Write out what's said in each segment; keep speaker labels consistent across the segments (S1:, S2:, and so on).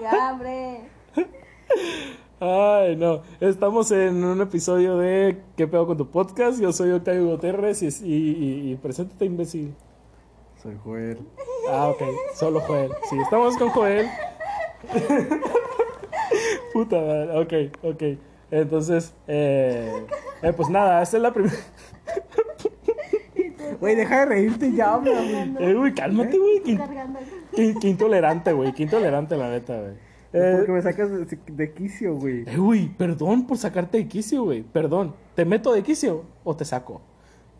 S1: Ya, hombre.
S2: Ay, no. Estamos en un episodio de ¿Qué pedo con tu podcast? Yo soy Octavio Guterres y, y, y- y preséntate, imbécil.
S3: Soy Joel.
S2: Ah, ok. Solo Joel. Sí, estamos con Joel. Puta madre. Ok, ok. Entonces, eh, eh, pues nada, esta es la primera.
S3: Güey, deja de reírte ya, habla, güey.
S2: Eh, güey, cálmate, güey. Qué,
S1: Cargando.
S2: qué- qué intolerante, güey. Qué intolerante, la neta, güey. Eh,
S3: Porque me sacas de, de quicio, güey.
S2: Eh, güey, perdón por sacarte de quicio, güey. Perdón. ¿Te meto de quicio o te saco?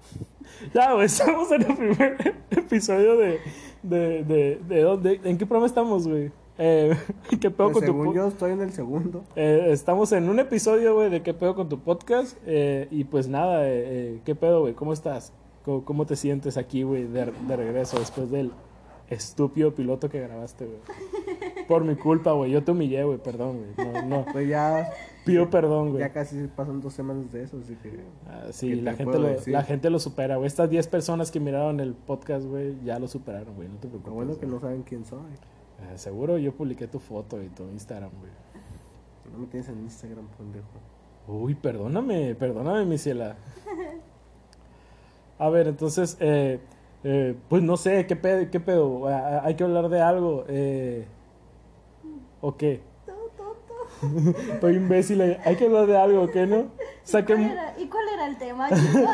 S2: ya, güey, estamos en el primer episodio de... de, de, de dónde, ¿En qué programa estamos, güey? Eh, ¿Qué pedo
S3: Pues
S2: con tu...
S3: según
S2: po-
S3: yo estoy en el segundo.
S2: Eh, estamos en un episodio, güey, de qué pedo con tu podcast. Eh, y pues nada, eh, eh, qué pedo, güey, ¿cómo estás? ¿Cómo, cómo te sientes aquí, güey, de, de regreso después del estúpido piloto que grabaste, güey? Por mi culpa, güey, yo te humillé, güey, perdón, güey. No, no,
S3: Pues ya,
S2: pido perdón, güey.
S3: ya casi pasan dos semanas de eso, así que.
S2: Ah,
S3: ¿Qué
S2: sí,
S3: te
S2: la gente,
S3: puedo
S2: lo,
S3: decir?
S2: la gente lo supera, güey. Estas 10 personas que miraron el podcast, güey, ya lo superaron, güey. No te preocupes.
S3: Lo bueno que
S2: güey.
S3: no saben quién soy.
S2: Eh, seguro yo publiqué tu foto y tu Instagram, güey.
S3: No me tienes en Instagram, pendejo.
S2: Uy, perdóname, perdóname, mi ciela. A ver, entonces, eh, eh, pues no sé, ¿qué pedo? ¿Qué pedo? Ah, ah, Hay que hablar de algo. Eh, ¿O qué?
S1: Tú, tú, tú.
S2: Estoy imbécil. eh. Hay que hablar de algo, ¿o ¿qué no?
S1: ¿Cuál
S2: Saquen,
S1: era- ¿Y cuál era el tema, chicos?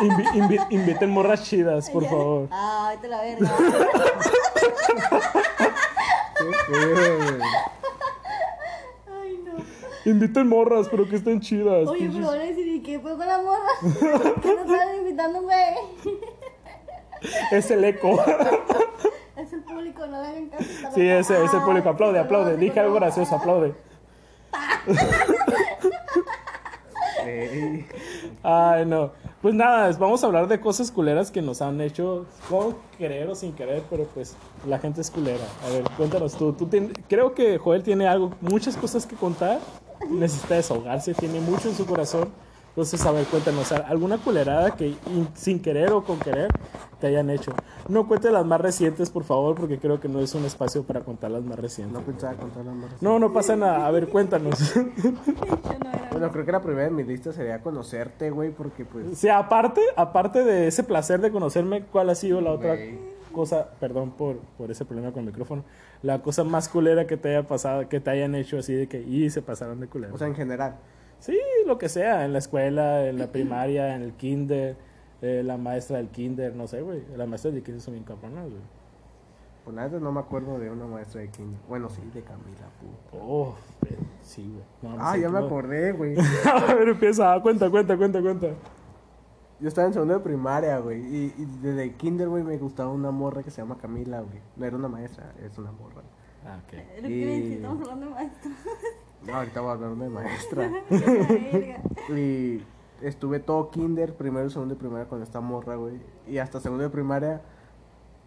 S2: invi- invi- inviten morras chidas, por
S1: Ya.
S2: favor.
S1: Ay, te la verga.
S3: Qué pedo, güey.
S1: Ay, no.
S2: Inviten morras, pero que estén chidas.
S1: Oye,
S2: pinches-
S1: pero ahora decir, ¿y qué fue con la morra? Que no estaban invitando, güey.
S2: Es el eco.
S1: Es el público, no le hagan caso. está
S2: Sí,
S1: loca.
S2: ese es el público.
S1: Ah,
S2: Aplaude,
S1: sí,
S2: aplaude.
S1: conoce,
S2: Dije algo
S1: conoce.
S2: gracioso, aplaude.
S3: Ey,
S2: Ay, no. Pues nada, es- vamos a hablar de cosas culeras que nos han hecho con querer o sin querer, pero pues la gente es culera. A ver, cuéntanos tú. tú tien- creo que Joel tiene algo, muchas cosas que contar. Necesita desahogarse, tiene mucho en su corazón. Entonces, a ver, cuéntanos, ¿al- alguna culerada que in- sin querer o con querer te hayan hecho. No cuente las más recientes, por favor, porque creo que no es un espacio para contar las más recientes.
S3: No pensaba contar las morras.
S2: No, no pasa nada. A ver, cuéntanos.
S1: Yo no era.
S3: Bueno, creo que la primera de mi lista sería conocerte, güey, porque
S2: O
S3: pues.
S2: sea, aparte, aparte de ese placer de conocerme, ¿cuál ha sido la otra
S3: Güey.
S2: cosa? Perdón por, por ese problema con el micrófono. La cosa más culera que te haya pasado, que te hayan hecho así de que, y se pasaron de culera.
S3: O sea, en general.
S2: sí, lo que sea, en la escuela, en la primaria, en el kinder, eh, la maestra del kinder, no sé, güey. Las maestras del kinder son bien cabronas, güey.
S3: Pues nada, no me acuerdo de una maestra de kinder. Bueno, sí, de Camila, puta.
S2: Oh, güey, sí, güey. No, no
S3: Ah,
S2: sé
S3: ya
S2: qué
S3: me
S2: más.
S3: acordé, güey.
S2: A ver, empieza, Ah, cuenta, cuenta, cuenta, cuenta.
S3: Yo estaba en segundo de primaria, güey. Y, y desde kinder, güey, me gustaba una morra que se llama Camila, güey. No era una maestra, es una morra.
S2: Ah, ok.
S1: Lo que iba a decir, estamos hablando de maestros.
S3: No, ahorita voy a hablar de maestra.
S1: La verga.
S3: Y estuve todo kinder, primero, segundo de primaria con esta morra, güey. Y hasta segundo de primaria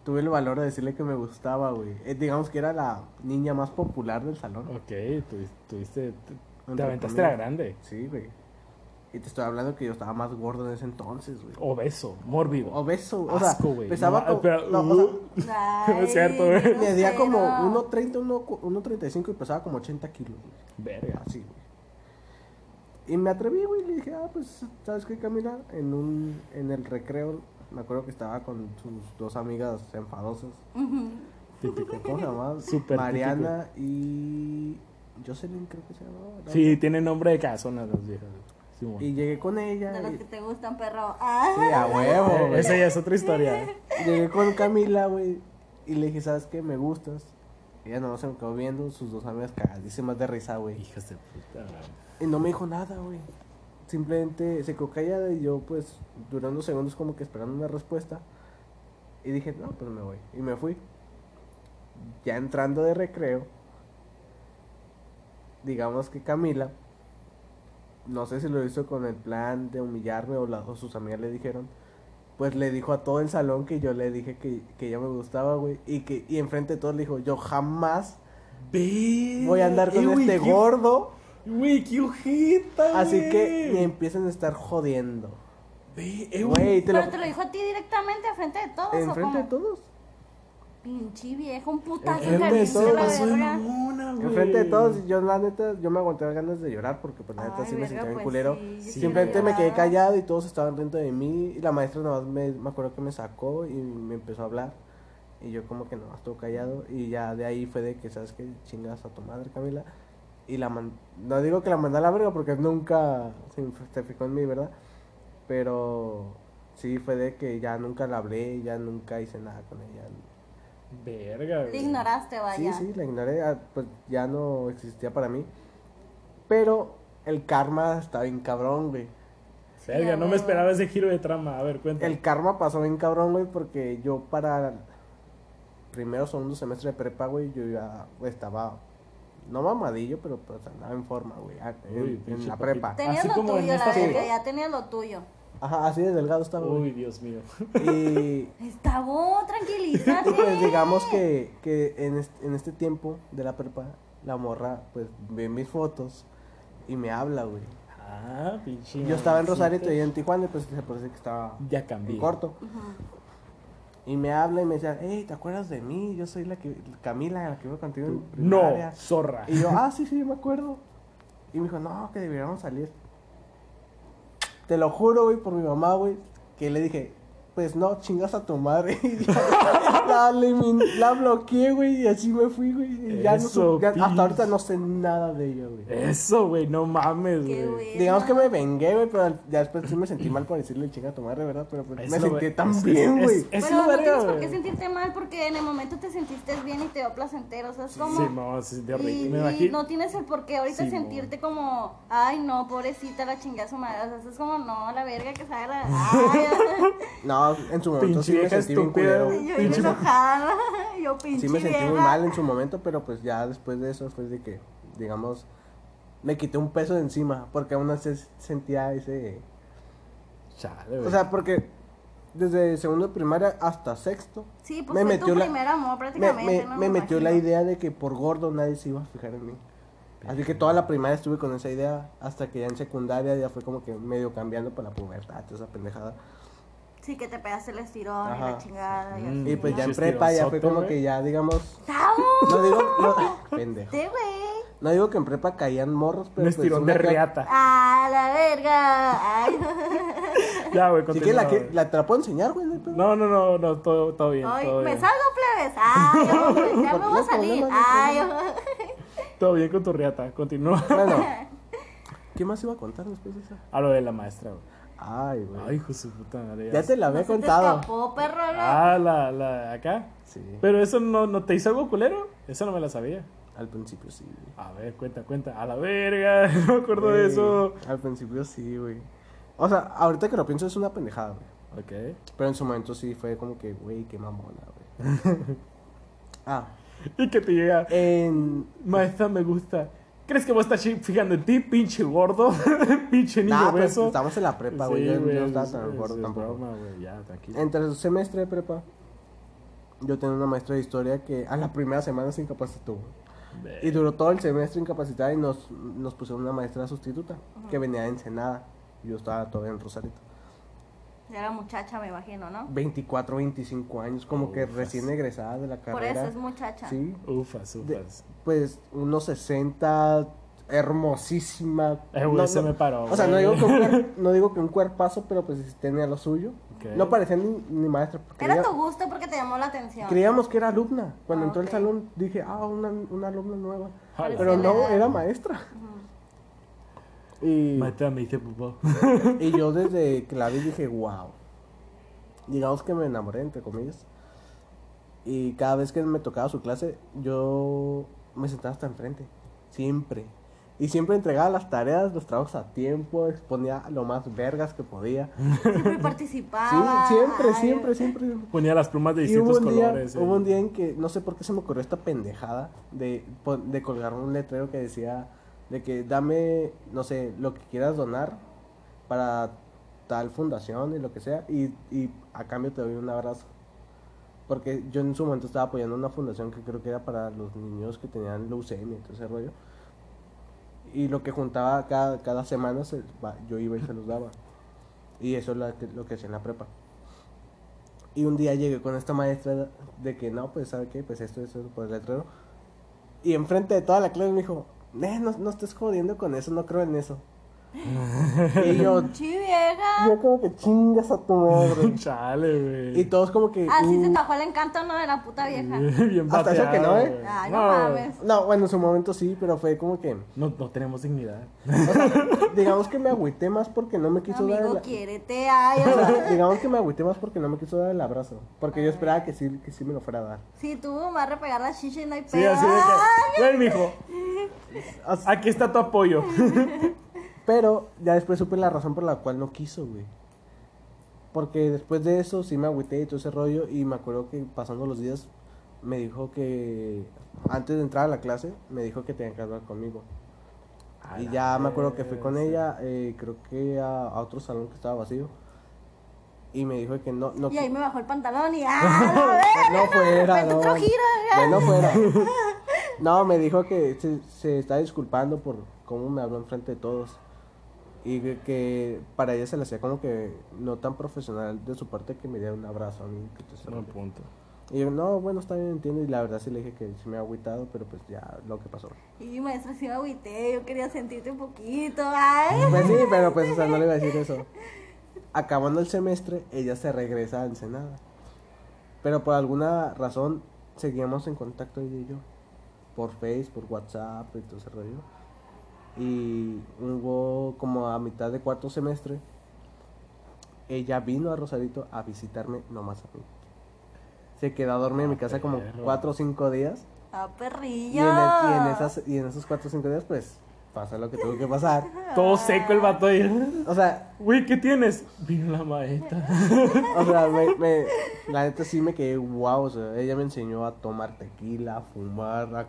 S3: tuve el valor de decirle que me gustaba, güey. Eh, digamos que era la niña más popular del salón.
S2: Ok, tuvi- tuviste, te, te
S3: Entre
S2: aventaste la
S3: comillas.
S2: grande.
S3: Sí, güey. Y te estoy hablando que yo estaba más gordo en ese entonces, güey.
S2: Obeso, mórbido.
S3: Obeso, o sea,
S2: Oh, Asco, güey.
S3: pesaba
S2: No,
S3: como-
S2: pero-
S3: no, o sea,
S2: uh.
S1: Ay,
S2: Es cierto, güey.
S1: qué
S3: medía como
S1: grosero.
S3: 1.30, 1.cu- 1.35 y pesaba como 80 kilos, güey.
S2: Verga.
S3: Así, güey. Y me atreví, güey, le dije, ah, pues, ¿sabes qué, Camila? En, un, en el recreo, me acuerdo que estaba con sus dos amigas enfadosas.
S1: Ujú.
S2: Típico.
S3: ¿Cómo se llamaba?
S2: Súper
S3: Mariana y... Jocelyn creo que se llamaba. ¿no?
S2: Sí, tiene nombre de casonas las viejas. Simón.
S3: Y llegué con ella.
S1: De los
S3: y-
S1: que te gustan, perro. Ah.
S3: Sí, a huevo,
S2: Eh,
S3: güey.
S2: esa ya es otra historia. eh.
S3: Llegué con Camila, güey, y le dije, ¿sabes qué? Me gustas. Ella nomás se me quedó viendo, sus dos amigas cagadísimas de risa, güey.
S2: Hijas de puta. güey.
S3: Y no me dijo nada, güey. Simplemente se quedó callada y yo, pues, durando segundos como que esperando una respuesta. Y dije, no, pues me voy. Y me fui. Ya entrando de recreo, digamos que Camila, no sé si lo hizo con el plan de humillarme o, la- o sus amigas le dijeron, pues le dijo a todo el salón que yo le dije que, que ella me gustaba, güey. Y que y enfrente de todos le dijo, yo jamás voy a andar con
S2: Eh, güey,
S3: este
S2: qué-
S3: gordo.
S2: Güey, qué ojeta.
S3: Así que me
S2: güey.
S3: empiezan a estar jodiendo.
S2: Ve, eh, güey.
S3: Güey, te lo...
S1: Pero te lo dijo a ti directamente, enfrente de todos. ¿o
S3: Enfrente de
S1: cómo?
S3: todos.
S1: Pinche viejo, un putazo en
S2: Enfrente de
S1: el
S2: todo
S1: la
S2: pasó de
S1: verga.
S2: mamona, güey.
S3: Enfrente de todos, yo la neta, yo me aguanté las ganas de llorar porque pues la neta
S1: Ay,
S3: sí me
S1: verga,
S3: sentía bien
S1: pues,
S3: culero.
S1: sí, yo sí
S3: Simplemente me
S1: lloraba.
S3: quedé callado y todos estaban riendo de mí. Y la maestra nada más me, me acuerdo que me sacó y me empezó a hablar. Y yo como que no, estuve callado. Y ya de ahí fue de que, ¿sabes qué? Chingas a tu madre, Camila. Y la man- no digo que la mandé a la verga porque nunca se justificó en mí, ¿verdad? Pero sí fue de que ya nunca la hablé, ya nunca hice nada con ella.
S2: Verga, güey.
S1: Te ignoraste,
S3: Sí,
S1: vaya.
S3: sí, la ignoré, ah, pues ya no existía para mí. Pero el karma está bien cabrón, güey.
S2: Verga, no me esperaba ese giro de trama. A ver, cuéntame.
S3: El karma pasó bien cabrón, güey, porque yo para primero o segundo semestre de prepa, güey, yo ya estaba, no mamadillo, pero pues andaba en forma, güey, a- en,
S2: Uy,
S3: en
S2: pinche
S3: la
S2: papito.
S3: prepa.
S1: Tenías
S2: Así
S1: lo
S2: como en este
S1: tuyo, la
S2: esta
S1: verga,
S3: serie.
S1: ya tenías lo tuyo.
S3: Ajá, así de delgado estaba,
S2: Uy,
S3: güey.
S2: Dios mío.
S3: Y
S1: Estabó, tranquilízate.
S3: Y pues digamos que, que en, este, en este tiempo de la prepa, la morra pues ve mis fotos y me habla, güey.
S2: Ah, pinche.
S3: Yo estaba en
S2: mamacita.
S3: Rosario y todavía en Tijuana, y pues se parece que estaba
S2: Ya
S3: en
S2: cambié.
S3: corto.
S1: Ujú.
S3: Y me habla y me decía, hey, ¿te acuerdas de mí? Yo soy la que, Camila, la que iba contigo en primaria.
S2: No, zorra.
S3: Y yo, ah, sí, sí, me acuerdo. Y me dijo, no, que deberíamos salir. Te lo juro, güey, por mi mamá, güey, que le dije, pues no, chingas a tu madre. Y la, la elimin- la bloqueé, güey, y así me fui, güey. Y ya no
S2: Eso,
S3: supe- ya-
S2: pis.
S3: hasta ahorita no sé nada de ella, güey.
S2: Eso, güey, no mames,
S1: Qué
S2: güey.
S1: bueno.
S3: mm, Digamos que me vengué, güey, pero al- ya después sí me sentí mal por decirle chinga a tu madre, ¿verdad? Pero pues,
S2: Es
S3: me
S2: lo
S3: sentí
S2: ve-
S3: tan
S2: es-
S3: bien,
S2: es-
S3: güey.
S2: es-
S1: Pero no
S2: la verga,
S1: tienes por qué
S2: güey.
S1: sentirte mal porque en el momento te sentiste bien y te dio placentero. O sea, es como.
S2: Sí, no, sí, de
S1: y,
S2: horrible. Me
S1: y
S2: imagino.
S1: no tienes el por qué ahorita
S2: Sí,
S1: sentirte como, ay no, pobrecita la chinga su madre. O sea, eso es como, no, la verga que sabe la. Ay,
S3: No, en su momento
S2: Pinche
S3: sí me
S2: vieja
S3: sentí bien
S2: estúpida,
S3: culero.
S1: yo
S2: güey.
S3: güey.
S1: bien
S2: Pinche-
S1: enojada. Yo pinche
S3: Sí me sentí muy
S1: vieja.
S3: mal en su momento, pero pues ya después de eso, después de que, digamos, me quité un peso de encima, porque aún así sentía ese...
S2: Chale, güey.
S3: O sea, porque desde segundo de primaria hasta sexto,
S1: Sí, pues
S3: Me
S1: fue
S3: metió
S1: tu
S3: la-
S1: primer amor
S3: me,
S1: prácticamente.
S3: me,
S1: ¿no?
S3: me metió la
S1: imagino.
S3: idea de que por gordo nadie se iba a fijar en mí. Así que toda la primaria estuve con esa idea, hasta que ya en secundaria ya fue como que medio cambiando para la pubertad, toda esa pendejada.
S1: Sí, que te pegaste el estirón y
S3: Ajá.
S1: la chingada. Y,
S2: Mm.
S1: así.
S3: Y pues ya en
S2: Pinche
S3: prepa ya fue
S2: estilonzote,
S3: como
S2: güey.
S3: que ya, digamos...
S1: ¡Tao!
S3: No digo... no- pendejo.
S1: ¡Te güey!
S3: No digo que en prepa caían morros, pero...
S2: Un
S3: pues,
S2: estirón
S3: una
S2: de
S3: que-
S2: riata.
S1: ¡A la verga! ¡Ay!
S2: Ya, güey,
S3: Así que la,
S2: continúa,
S3: que,
S2: güey.
S3: la te la puedo enseñar, güey. no hay pedo.
S2: No, no, no, no, todo, todo bien.
S1: Ay,
S2: todo,
S1: me
S2: bien.
S1: salgo, plebes. Ay, ya me- ya me
S3: No
S1: voy a
S3: hay
S1: salir.
S3: problema, no hay
S1: Ay,
S2: todo bien con tu riata. Continúa.
S3: Bueno, ¿qué más iba a contar después de esa?
S2: A lo de la maestra, güey.
S3: Ay,
S2: Ay,
S3: güey.
S2: hijo de su puta madre.
S3: Ya te la
S1: no
S3: había
S1: se te
S3: contado.
S1: escapó, perro. ¿no?
S2: Ah, la, la, acá.
S3: Sí,
S2: Pero eso no, no te hizo algo culero. Eso no me la sabía.
S3: al principio sí, güey.
S2: A ver, cuenta, cuenta. A la verga, no me acuerdo de
S3: Güey,
S2: eso.
S3: Al principio sí, güey. O sea, ahorita que lo pienso es una pendejada, güey.
S2: Ok.
S3: Pero en su momento sí fue como que, güey, qué mamona, güey. ah,
S2: Y que te llega,
S3: en...
S2: maestra, me gusta. ¿Crees que voy a estar chi- fijando en ti, pinche gordo? pinche niño
S3: Nah, pues,
S2: beso.
S3: estamos en la prepa, güey.
S2: Sí,
S3: yo- yo,
S2: güey,
S3: no estaba
S2: es-
S3: tan
S2: es-
S3: gordo
S2: es
S3: tampoco.
S2: broma, güey, ya, tranquilo.
S3: En tercer semestre de prepa, yo tenía una maestra de historia que a la primera semana se incapacitó, güey. Y duró todo el semestre incapacitada y nos, nos pusieron una maestra sustituta que venía de Ensenada. Yo estaba todavía en Rosarito.
S1: Era muchacha, me imagino, ¿no?
S3: 24, 25 años, como que
S2: Ufas.
S3: recién egresada de la
S1: Por
S3: carrera.
S1: eso es muchacha.
S3: Sí,
S2: Ufas,
S3: de-
S2: ufas.
S3: pues unos 60, hermosísima.
S2: Eh, güey, se me paró,
S3: O sea, no
S2: güey.
S3: digo, que un cuer- no digo que un cuerpazo, pero pues sí tenía lo suyo.
S2: Ok.
S3: No parecía ni, ni maestra. porque
S1: Era
S3: ella-
S1: tu gusto porque te llamó la atención.
S3: Creíamos que era alumna. Cuando
S1: Ah,
S3: entró
S1: ok.
S3: al salón dije, ah, una, una alumna nueva.
S2: Jala.
S3: Pero
S1: Parecía
S3: no,
S1: la-
S3: era maestra. Y,
S2: Maestra, me dice popó.
S3: y yo desde que la vi dije, wow. Digamos que me enamoré, entre comillas. Y cada vez que me tocaba su clase, yo me sentaba hasta enfrente. Siempre. Y siempre entregaba las tareas, los trabajos a tiempo, exponía lo más vergas que podía.
S1: Siempre
S3: Sí,
S1: participaba.
S3: siempre,
S1: Ay,
S3: siempre, siempre, siempre.
S2: Ponía las plumas de
S3: Y hubo
S2: distintos
S3: un, día,
S2: colores. eh.
S3: hubo un día en que no sé por qué se me ocurrió esta pendejada de, pon- de colgar un letrero que decía de que dame, no sé, lo que quieras donar para tal fundación y lo que sea y, y a cambio te doy un abrazo. Porque yo en su momento estaba apoyando una fundación que creo que era para los niños que tenían leucemia y todo ese rollo. Y lo que juntaba cada, cada semana se- va- yo iba y se los daba. Y eso es la que- lo que hacía en la prepa. Y un día llegué con esta maestra de que no, pues sabe qué, pues esto, esto, esto, por el letrero. Y enfrente de toda la clase me dijo, "Neh, no, no estés jodiendo con eso, no creo en eso. y yo,
S1: Pinche vieja.
S3: yo como que chingas a tu madre.
S2: Chale, güey.
S3: Y todos como que...
S1: Así se
S3: "Mm".
S1: tajó el encanto, Ah, ¿no? De la puta vieja.
S2: Bien
S3: Hasta eso
S2: bateado,
S3: que no, ¿eh?
S2: güey.
S1: Ay, no mames.
S3: No, bueno, en su momento sí, pero fue como que...
S2: No, no tenemos dignidad.
S3: o sea, digamos que me agüité más porque no me quiso dar...
S1: Amigo,
S3: la-
S1: quiérete. Ay, o
S3: O
S1: sea,
S3: sea, digamos que me agüité más porque no me quiso dar el abrazo. Porque yo esperaba que sí, que sí me lo fuera a dar.
S1: si tú me vas a repegar la chicha y no hay pedo.
S2: Sí, así de que. Güey, mijo,
S3: O sea,
S2: aquí está tu apoyo.
S3: pero ya después supe la razón por la cual no quiso, güey. Porque después de eso sí me agüité y todo ese rollo. Y me acuerdo que pasando los días me dijo que antes de entrar a la clase me dijo que tenía que hablar conmigo. Y ya me acuerdo que fui con ella, eh, creo que a, a otro salón que estaba vacío. Y me dijo que no, no,
S1: Y ahí me bajó el pantalón y ¡ah! la verga,
S3: no fuera,
S1: vete
S3: no.
S1: otro giro, ya.
S3: Bueno, fuera. No, me dijo que se, se está disculpando por cómo me habló enfrente de todos. Y que, que para ella se le hacía como que no tan profesional de su parte que me diera un abrazo a mí. que te
S2: Buen
S3: salude.
S2: punto.
S3: Y yo, no, bueno, está bien, entiendo. Y la verdad sí le dije que sí me ha agüitado, pero pues ya lo que pasó.
S1: Y maestra, sí me agüité, yo quería sentirte un poquito, ay.
S3: Pues sí, pero pues, o sea, no le iba a decir eso. Acabando el semestre, ella se regresa a Ensenada. Pero por alguna razón, seguíamos en contacto ella y yo. Por Face, por WhatsApp y todo ese rollo. Y hubo como a mitad de cuarto semestre, ella vino a Rosarito a visitarme nomás a mí. Se quedó a dormir en mi casa como
S2: perro.
S3: cuatro o cinco días.
S1: Ah,
S3: Y
S1: perrillo.
S3: en, el- y en esas, y en esos cuatro o cinco días, pues, pasa lo que tuvo que pasar.
S2: Todo seco el vato ahí.
S3: O sea,
S2: Güey, ¿qué tienes? Vino la maestra.
S3: O sea, me, me- la neta sí me quedé wow. O sea, ella me enseñó a tomar tequila, a fumar, a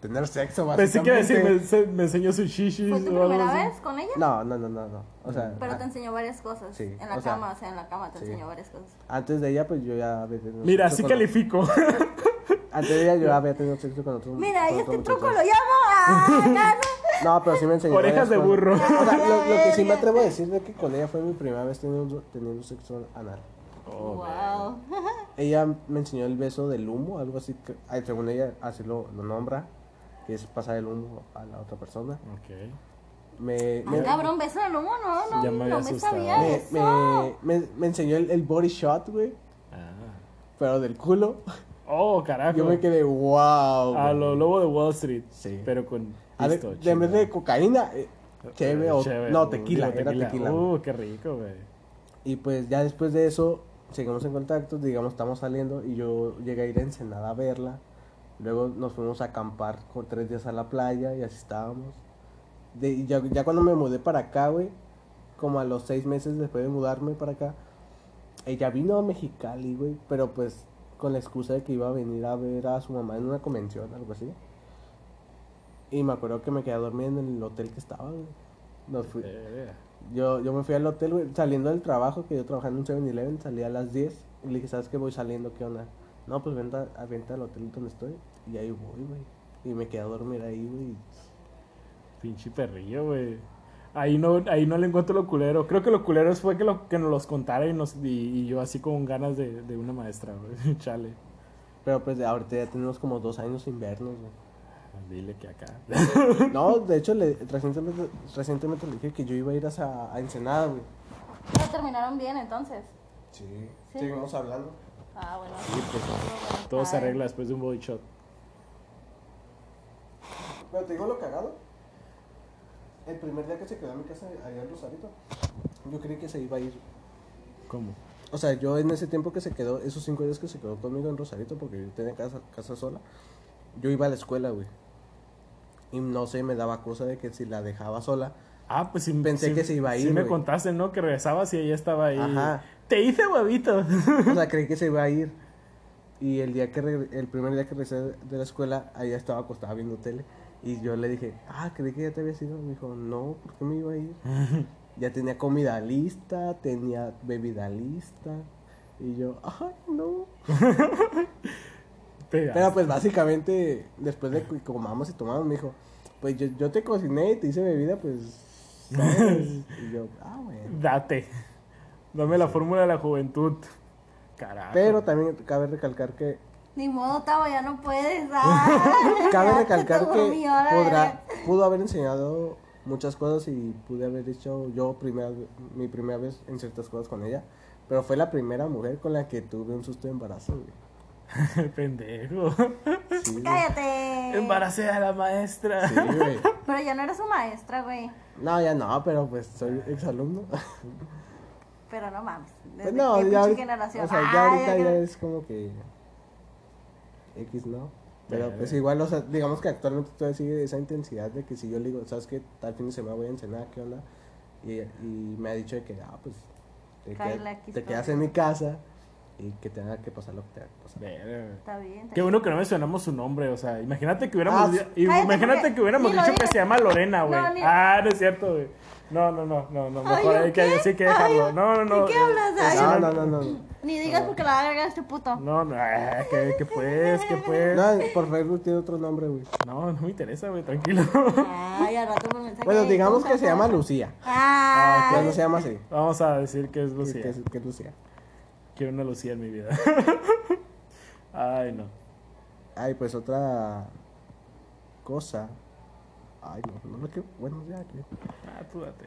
S3: tener sexo,
S2: Pensé que
S3: básicamente.
S2: iba a decir, me, se- me enseñó sus shishis.
S1: ¿Fue tu
S2: o algo
S1: primera
S2: así.
S1: vez con ella?
S3: No, no, no, no, no. O sea,
S1: Pero
S3: a-
S1: te enseñó varias cosas.
S3: Ah, Sí,
S1: en la
S3: o sea,
S1: cama, o sea, en la cama te
S3: sí.
S1: enseñó varias cosas.
S3: antes de ella, pues yo ya había tenido
S2: Mira,
S3: sexo
S2: sí
S3: con-
S2: califico.
S3: Antes de ella, yo había tenido sexo con otro
S1: Mira,
S3: con
S1: ahí
S3: otro
S1: este
S3: muchacho.
S1: truco lo llamo. Ah, nada.
S3: No, pero sí me enseñó.
S2: Orejas
S3: varias
S2: de
S3: cosas.
S2: burro.
S3: O sea, lo, lo que sí me atrevo a decir es que con ella fue mi primera vez teniendo, teniendo sexo anal. Oh,
S1: wow.
S3: Ella me enseñó el beso del humo, algo así. Que, ay, según ella, así lo, lo nombra. Que es pasar el humo a la otra persona.
S2: Ok.
S3: Me,
S1: Ay,
S3: me,
S1: Ah, cabrón, beso en el humo, no, no,
S2: Ya me había
S1: no me
S2: asustado.
S1: sabía
S3: me,
S1: eso.
S3: me, me- me enseñó el, el body shot, güey.
S2: Ah.
S3: Pero del culo.
S2: Oh, carajo.
S3: Yo me quedé, wow.
S2: A lo lobo de Wall Street.
S3: Sí.
S2: Pero con.
S3: A ver,
S2: pisto,
S3: de- en vez de
S2: chingada.
S3: cocaína, eh, cheve o.
S2: Chévere,
S3: no,
S2: uh,
S3: tequila,
S2: digo,
S3: era tequila.
S2: Uh, qué rico, güey.
S3: Y pues ya después de eso, seguimos en contacto, digamos, estamos saliendo. Y yo llegué a ir a Ensenada a verla. Luego nos fuimos a acampar con tres días a la playa y así estábamos. De, y ya, ya cuando me mudé para acá, güey, como a los seis meses después de mudarme para acá, ella vino a Mexicali, güey, pero pues con la excusa de que iba a venir a ver a su mamá en una convención, algo así. Y me acuerdo que me quedé a dormir en el hotel que estaba, güey. Nos fui-
S2: Eh,
S3: yo, yo me fui al hotel, güey, saliendo del trabajo, que yo trabajaba en un 7-Eleven, salí a las 10 y le dije, ¿sabes qué? Voy saliendo, ¿qué onda? No, pues vente, a- vente al hotel donde estoy y ahí voy, güey. Y me quedé a dormir ahí, güey.
S2: pinche perrillo, güey. Ahí no, ahí no le encuentro lo culero. Creo que lo culero fue que, lo, que nos los contara y, nos, y, y yo así con ganas de, de una maestra, güey. Chale.
S3: Pero pues ahorita ya tenemos como dos años sin vernos, güey.
S2: Ah, Dile que acá.
S3: No, de hecho, le, recientemente, recientemente le dije que yo iba a ir a, a Ensenada, güey.
S1: No terminaron bien entonces.
S3: Sí,
S1: Sí.
S3: seguimos hablando.
S1: Ah, bueno.
S2: pues, Todo se
S1: Ay.
S2: arregla después de un body shot.
S3: Pero te digo lo cagado. El primer día que se quedó en mi casa, allá en Rosarito, yo creí que se iba a ir
S2: ¿Cómo?
S3: O sea, yo en ese tiempo que se quedó, esos cinco días que se quedó conmigo en Rosarito, porque yo tenía casa, casa sola, yo iba a la escuela, güey. Y no sé, me daba cosa de que si la dejaba sola.
S2: Ah, pues sí,
S3: Pensé
S2: sí-
S3: que se iba a
S2: Sí
S3: ir,
S2: me
S3: güey.
S2: contaste, ¿no? Que regresabas y ella estaba ahí.
S3: Ajá.
S2: Te hice huevito.
S3: O sea, creí que se iba a ir. Y el día que regre- el primer día que regresé de la escuela, allá estaba acostada viendo tele. Y yo le dije, ah, creí que ya te habías ido. Me dijo, no, ¿por qué me iba a ir? ya tenía comida lista, tenía bebida lista. Y yo, ay, no.
S2: Te-
S3: Pero pues básicamente, después de que comamos y tomamos, me dijo, pues yo, yo te cociné y te hice bebida, pues... ¿sabes?". y yo, ah, bueno.
S2: Date. Dame la fórmula de la juventud. Carajo.
S3: Pero también cabe recalcar que
S1: Ni modo, Tavo, ya no puedes. Ah,
S3: Cabe
S1: ya se te
S3: recalcar que
S1: durmió la
S3: podrá,
S1: verga.
S3: pudo haber enseñado muchas cosas y pude haber hecho yo primera, mi primera vez en ciertas cosas con ella. Pero fue la primera mujer con la que tuve un susto de embarazo, güey.
S2: Pendejo.
S3: Sí, güey.
S1: Cállate.
S2: Embaracé a la maestra.
S3: Sí, güey.
S1: Pero ya no eres su maestra, güey.
S3: No, ya no, pero pues soy exalumno.
S1: Pero no mames. Desde
S3: Pues no,
S1: qué
S3: ya,
S1: pinche
S3: ahorita-
S1: generación.
S3: o sea,
S1: Ah,
S3: ya ahorita
S1: creo-
S3: ya es como que X no. Pero
S2: Ya,
S3: pues
S2: ya.
S3: igual, o sea, digamos que actualmente todavía sigue esa intensidad de que si yo le digo, ¿sabes qué? Tal fin de semana voy a cenar, ¿qué onda? Y, y me ha dicho de que, ah, pues, te,
S1: Cae
S3: qued-
S1: la X
S3: te quedas
S1: cosa.
S3: en mi casa y que tenga que pasar lo que tenga que pasar.
S2: Verga.
S1: Está bien. está
S2: Qué
S1: bien.
S2: bueno que no mencionamos su nombre, o sea, imagínate que hubiéramos,
S3: Ah, sí.
S2: y-
S1: Cállate,
S2: imagínate
S1: porque
S2: que hubiéramos
S1: ni lo
S2: dicho que
S1: digas.
S2: se llama Lorena, güey.
S1: No, ni-
S2: Ah, no es cierto, güey. No, no, no, no, no,
S1: Ay,
S2: mejor
S1: ¿yo
S2: hay que,
S1: qué?
S2: sí que
S1: Ay,
S2: dejarlo.
S1: ¿yo-
S2: no, no, no.
S1: ¿de qué hablas? Ay,
S2: no,
S3: No, no, no, no. no.
S1: Ni digas porque la verga este puto.
S2: No, no, ah, que, que pues, que pues.
S3: No, por Facebook tiene otro nombre, güey.
S2: No, no me interesa, güey, tranquilo.
S1: Ay, al rato me mensaje.
S3: Ah, Bueno, digamos que se llama
S1: Luz.
S3: Lucía.
S1: Ah,
S3: Pero no se llama así.
S2: Vamos a decir que es Lucía.
S3: Que, es- que es Lucía.
S2: Quiero una Lucía en mi vida. Ay, no.
S3: Ay, pues otra cosa. Ay, no, no lo quiero. Bueno, ya, que.
S2: Ah, tú date.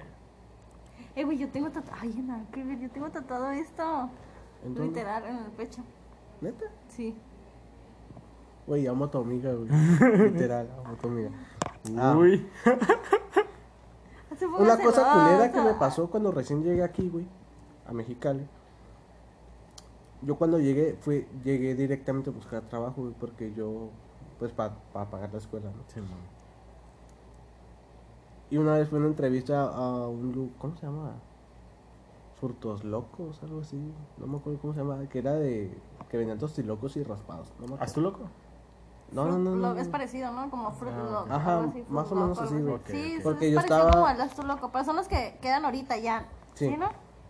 S1: Eh, güey, yo tengo tatuado. Ay, no, qué ver, yo tengo tatuado esto.
S3: ¿En dónde?
S1: Literal, en el pecho.
S3: ¿Neta?
S1: Sí.
S3: Güey, amo a tu amiga, güey. Literal, amo a tu amiga. Ah,
S2: Uy.
S1: Hace poco
S3: Una
S1: se
S3: cosa
S1: lo-
S3: culera que me pasó cuando recién llegué aquí, güey, a Mexicali. Yo cuando llegué, fui, llegué directamente a buscar trabajo, güey, porque yo, pues, para pagar la escuela, ¿no?
S2: Sí, no.
S3: Y una vez fue una entrevista a un, lu- ¿cómo se llama? Furtos Locos, algo así. No me acuerdo cómo se llama, que era de, que vendían tostilocos y raspados. No, me acuerdo.
S2: ¿Haz tú loco?
S3: no, no, no,
S1: Lo-
S3: no,
S1: Es
S3: no.
S1: parecido, ¿no? Como Fruit
S2: Ah,
S1: Loops,
S3: ajá,
S1: algo así, Fruit
S3: más o
S1: Loops,
S3: menos
S1: algo
S3: así, güey.
S2: Ok,
S1: Sí,
S2: ok.
S1: sí,
S3: Porque
S1: es
S3: yo
S1: parecido
S3: estaba-
S1: como el Astro Loco, pero son los que quedan ahorita ya.
S3: Sí.
S1: Sí. no?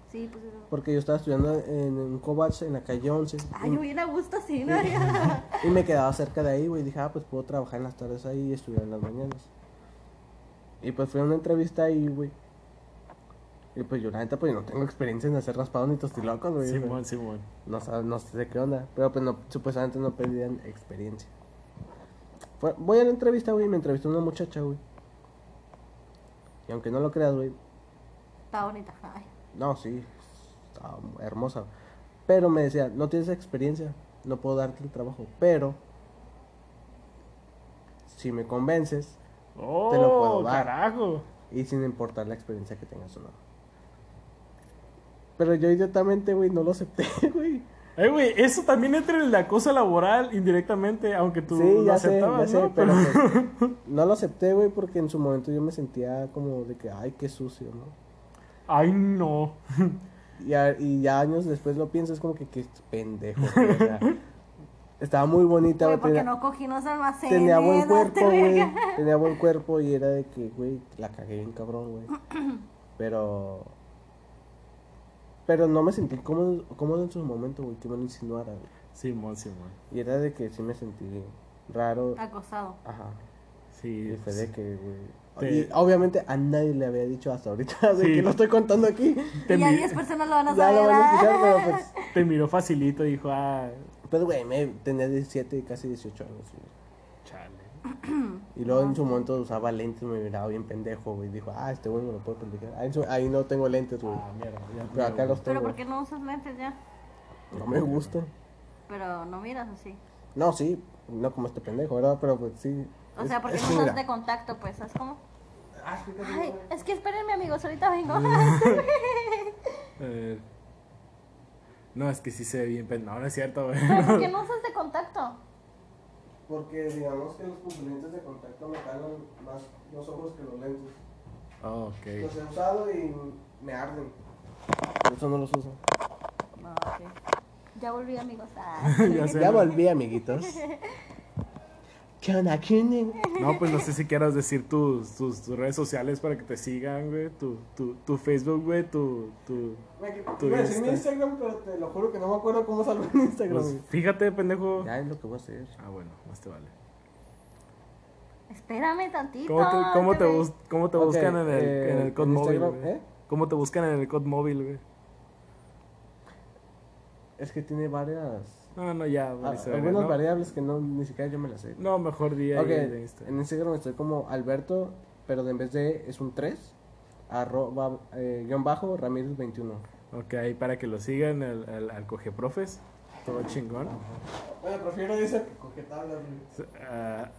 S1: Sí, pues eso.
S3: Porque yo estaba estudiando en un Covach en la calle 11.
S1: Ay, yo bien a gusto así, ¿no?
S3: Y me quedaba cerca de ahí, güey. Dije, ah, pues puedo trabajar en las tardes ahí y estudiar en las mañanas. Y pues fui a una entrevista ahí, güey. Y pues yo, la neta, pues no tengo experiencia en hacer raspados ni tostilocos, güey.
S2: Simón, Simón.
S3: No, sab- no sé qué onda. Pero pues no, supuestamente no pedían experiencia. Fue- voy a la entrevista, güey. y Me entrevistó una muchacha, güey. Y aunque no lo creas, güey.
S1: Está bonita. Ay.
S3: No, sí. Estaba hermosa. Pero me decía, no tienes experiencia. No puedo darte el trabajo. Pero. Si me convences.
S2: Oh,
S3: Te lo puedo dar.
S2: carajo.
S3: Y sin importar la experiencia que tengas o no. Pero yo idiotamente, güey, no lo acepté, güey.
S2: Eh, güey, eso también entra en la cosa laboral indirectamente, aunque tú
S3: sí,
S2: lo
S3: ya sé, ya
S2: aceptabas,
S3: sé,
S2: ¿no?
S3: pero pues, no lo acepté, güey, porque en su momento yo me sentía como de que, ay, qué sucio, ¿no?
S2: Ay, no.
S3: Y, a- y ya años después lo pienso, es como que, qué pendejo, güey, o sea, estaba muy bonita,
S1: Güey,
S3: güey,
S1: porque
S3: tenía,
S1: no cogí unos almacenes.
S3: tenía buen
S1: date
S3: cuerpo, güey,
S1: verga.
S3: tenía buen cuerpo y era de que, güey, la cagué bien cabrón, güey, pero... Pero no me sentí cómodo, cómodo en su momento, güey, que me lo insinuara, güey.
S2: Simón, Simón.
S3: Y era de que sí me sentí raro.
S1: Ah. Acosado.
S3: Ajá.
S2: Sí.
S3: Y fue de que, güey.
S2: Te-
S3: y obviamente a nadie le había dicho hasta ahorita, güey,
S2: Sí.
S3: que lo estoy contando aquí.
S2: Te,
S1: y ya
S2: mi-
S1: 10 personas lo van a
S3: Ya
S1: saber. ah.
S3: lo van a
S1: ¿verdad?
S3: escuchar, pero pues.
S2: te miró facilito y dijo, ah,
S3: Pues, güey, me tenía 17, casi 18 años, güey.
S2: chale.
S3: Y luego en su momento usaba lentes, me miraba bien pendejo, güey. Dijo, ah, este güey me lo puedo pendejar. Ahí, en su- ahí no tengo lentes, güey.
S2: Ah, mierda. ya
S3: pero acá
S2: veo,
S3: los
S1: Pero
S3: tengo.
S1: ¿por qué no usas lentes ya?
S3: No me gustan.
S1: Pero no miras así.
S3: No, sí, no como este pendejo, ¿verdad? Pero pues sí.
S1: O
S3: Es-
S1: sea, porque
S3: es
S1: no
S3: que
S1: usas
S3: mira,
S1: de contacto, pues, ¿sabes cómo?
S3: ah, sí, pues,
S1: Ay, es que espérenme, amigos, ahorita vengo.
S2: güey. A ver. Eh, No, es que sí se ve bien, pero no, no es cierto, güey.
S1: Pero ¿por qué no usas de contacto?
S3: Porque digamos que los componentes de contacto me calan más los ojos que los lentes.
S2: Oh, ok.
S3: Los he usado y me arden. Por eso no los uso.
S1: No, sí. Ya volví, amigos. Ah.
S2: ya sé.
S3: Ya
S2: güey.
S3: volví, amiguitos. ¿Qué onda, qué onda?
S2: No, pues no sé si quieras decir tus, tus, tus redes sociales para que te sigan, güey. Tu, tu, tu Facebook, güey. Tu, tu...
S3: Güey,
S2: Tu
S3: iba a decir mi
S2: Insta.
S3: Instagram, pero te lo juro que no me acuerdo cómo salgo en Instagram.
S2: Pues, fíjate, pendejo.
S3: ya es lo que voy a hacer.
S2: Ah, bueno, más te vale.
S1: Espérame tantito.
S2: ¿Cómo te, cómo te,
S1: déjame-
S2: bus- cómo te
S3: Ok,
S2: buscan en el,
S3: eh,
S2: en el
S3: en ¿eh?
S2: COD móvil?
S3: Instagram,
S2: güey?
S3: ¿eh?
S2: ¿Cómo te buscan en el COD móvil, güey?
S3: Es que tiene varias.
S2: No, no, ya.
S3: ah,
S2: Marisabel,
S3: algunas
S2: no,
S3: variables que no, ni siquiera yo me las sé.
S2: no, mejor día
S3: Ok,
S2: de Instagram.
S3: en Instagram estoy como Alberto, pero de en vez de es un 3, arroba, eh, guión bajo, Ramírez 21.
S2: Ok, ahí para que lo sigan al, al, al Cogeprofes. Todo chingón.
S3: Bueno, prefiero eso que coquetablas,
S2: Ah,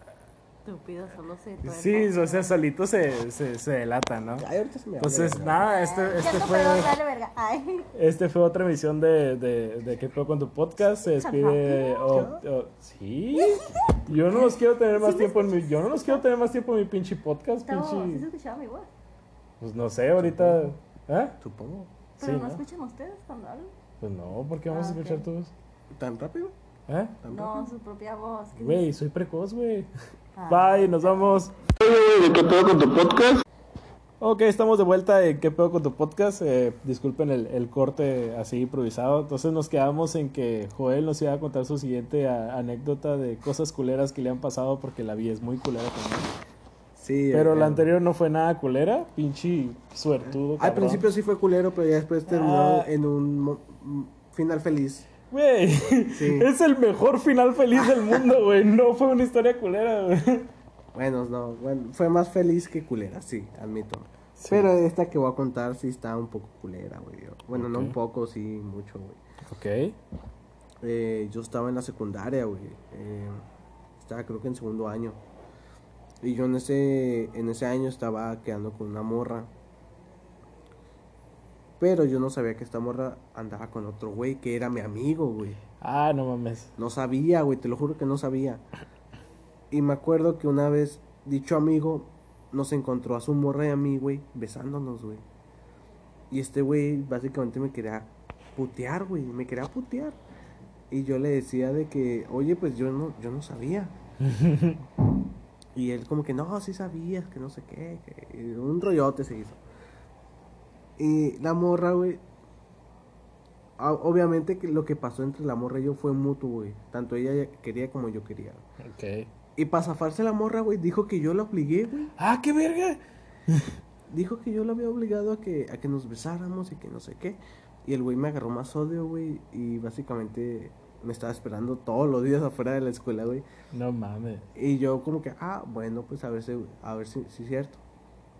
S1: Estúpido, solo se tuerce.
S2: sí, o sea, solito se, se, se delata, ¿no?
S3: Ay, ahorita se me vale,
S2: Entonces,
S3: verga.
S2: nada,
S1: Ay,
S2: este,
S1: Ah, ya
S2: este
S1: no,
S2: fue...
S1: pero dale verga. Ay.
S2: Este fue otra emisión de, de, de ¿Qué fue con tu podcast? Se despide. o- o- sí. Yo no los quiero tener más tiempo en mi. Yo no los quiero tener más tiempo en mi pinche podcast,
S1: Estamos, ¿sí se
S2: pinche.
S1: escuchaba mi voz?
S2: Pues no sé, ahorita. ¿Eh?
S3: Supongo.
S2: Sí,
S1: Pero no,
S2: ¿no?
S1: escuchan ustedes cuando hablan.
S2: Pues no, porque vamos
S1: Ah,
S2: a escuchar
S1: ok.
S2: todos.
S3: ¿Tan rápido?
S2: ¿Eh?
S3: ¿Tan rápido?
S1: No, su propia voz. ¿qué
S2: Güey,
S1: dices?
S2: soy precoz, güey.
S1: Ah.
S2: Bye, nos vamos.
S4: ¿Qué pedo con tu podcast?
S2: Ok, estamos de vuelta en ¿Qué pedo con tu podcast? Eh, disculpen el, el corte así improvisado. Entonces nos quedamos en que Joel nos iba a contar su siguiente a- anécdota de cosas culeras que le han pasado porque la vi es muy culera también.
S3: Sí.
S2: Pero
S3: eh,
S2: la anterior no fue nada culera, pinche suertudo.
S3: Al
S2: cabrón.
S3: principio sí fue culero, pero ya después terminó
S2: Ah.
S3: en un mo- m- final feliz.
S2: Güey,
S3: Sí.
S2: es el mejor final feliz del mundo, güey. No fue una historia culera, güey.
S3: Bueno, no, bueno, fue más feliz que culera, sí, admito.
S2: Sí.
S3: Pero esta que voy a contar sí está un poco culera, güey. Bueno, no
S2: Ok.
S3: un poco, sí, mucho, güey.
S2: Ok.
S3: Eh, yo estaba en la secundaria, güey. Eh, estaba creo que en segundo año. Y yo en ese, en ese año estaba quedando con una morra. Pero yo no sabía que esta morra andaba con otro güey que era mi amigo, güey.
S2: Ah, no mames.
S3: No sabía, güey, te lo juro que no sabía. Y me acuerdo que una vez dicho amigo nos encontró a su morra y a mí, güey, besándonos, güey. Y este güey básicamente me quería putear, güey, me quería putear. Y yo le decía de que, oye, pues yo no, yo no sabía. y él como que, no, sí sabías, que no sé qué. que-". Y Un rollote se hizo. Y la morra, güey, Ah, Obviamente que lo que pasó entre la morra y yo fue mutuo, güey. Tanto ella ya quería como yo quería.
S2: Ok.
S3: Y para zafarse la morra, güey, dijo que yo la obligué, güey.
S2: Ah, qué verga.
S3: Dijo que yo la había obligado a que, a que nos besáramos y que no sé qué. Y el güey me agarró más odio, güey. Y básicamente me estaba esperando todos los días afuera de la escuela, güey.
S2: No mames.
S3: Y yo como que, ah, bueno, pues a ver si, a ver si, si es cierto.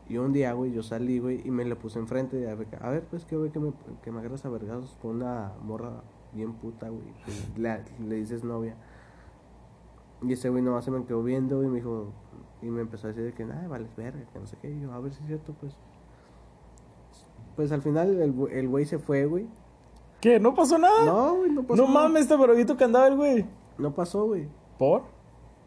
S3: Y un día, güey, yo salí, güey, y me le puse enfrente. de a, ver, a ver, pues que, güey, que me, que me agarras a vergazos por una morra bien puta, güey. que Le, le dices novia. Y ese güey nomás se me quedó viendo y me dijo, y me empezó a decir de que nada, vales verga, que no sé qué. Y yo, a ver si es cierto, pues. Pues al final el, güey- el güey se fue, güey.
S2: ¿Qué? ¿No pasó nada?
S3: No, güey, no pasó.
S2: no mames, este barbito que andaba el güey.
S3: No pasó, güey.
S2: ¿Por?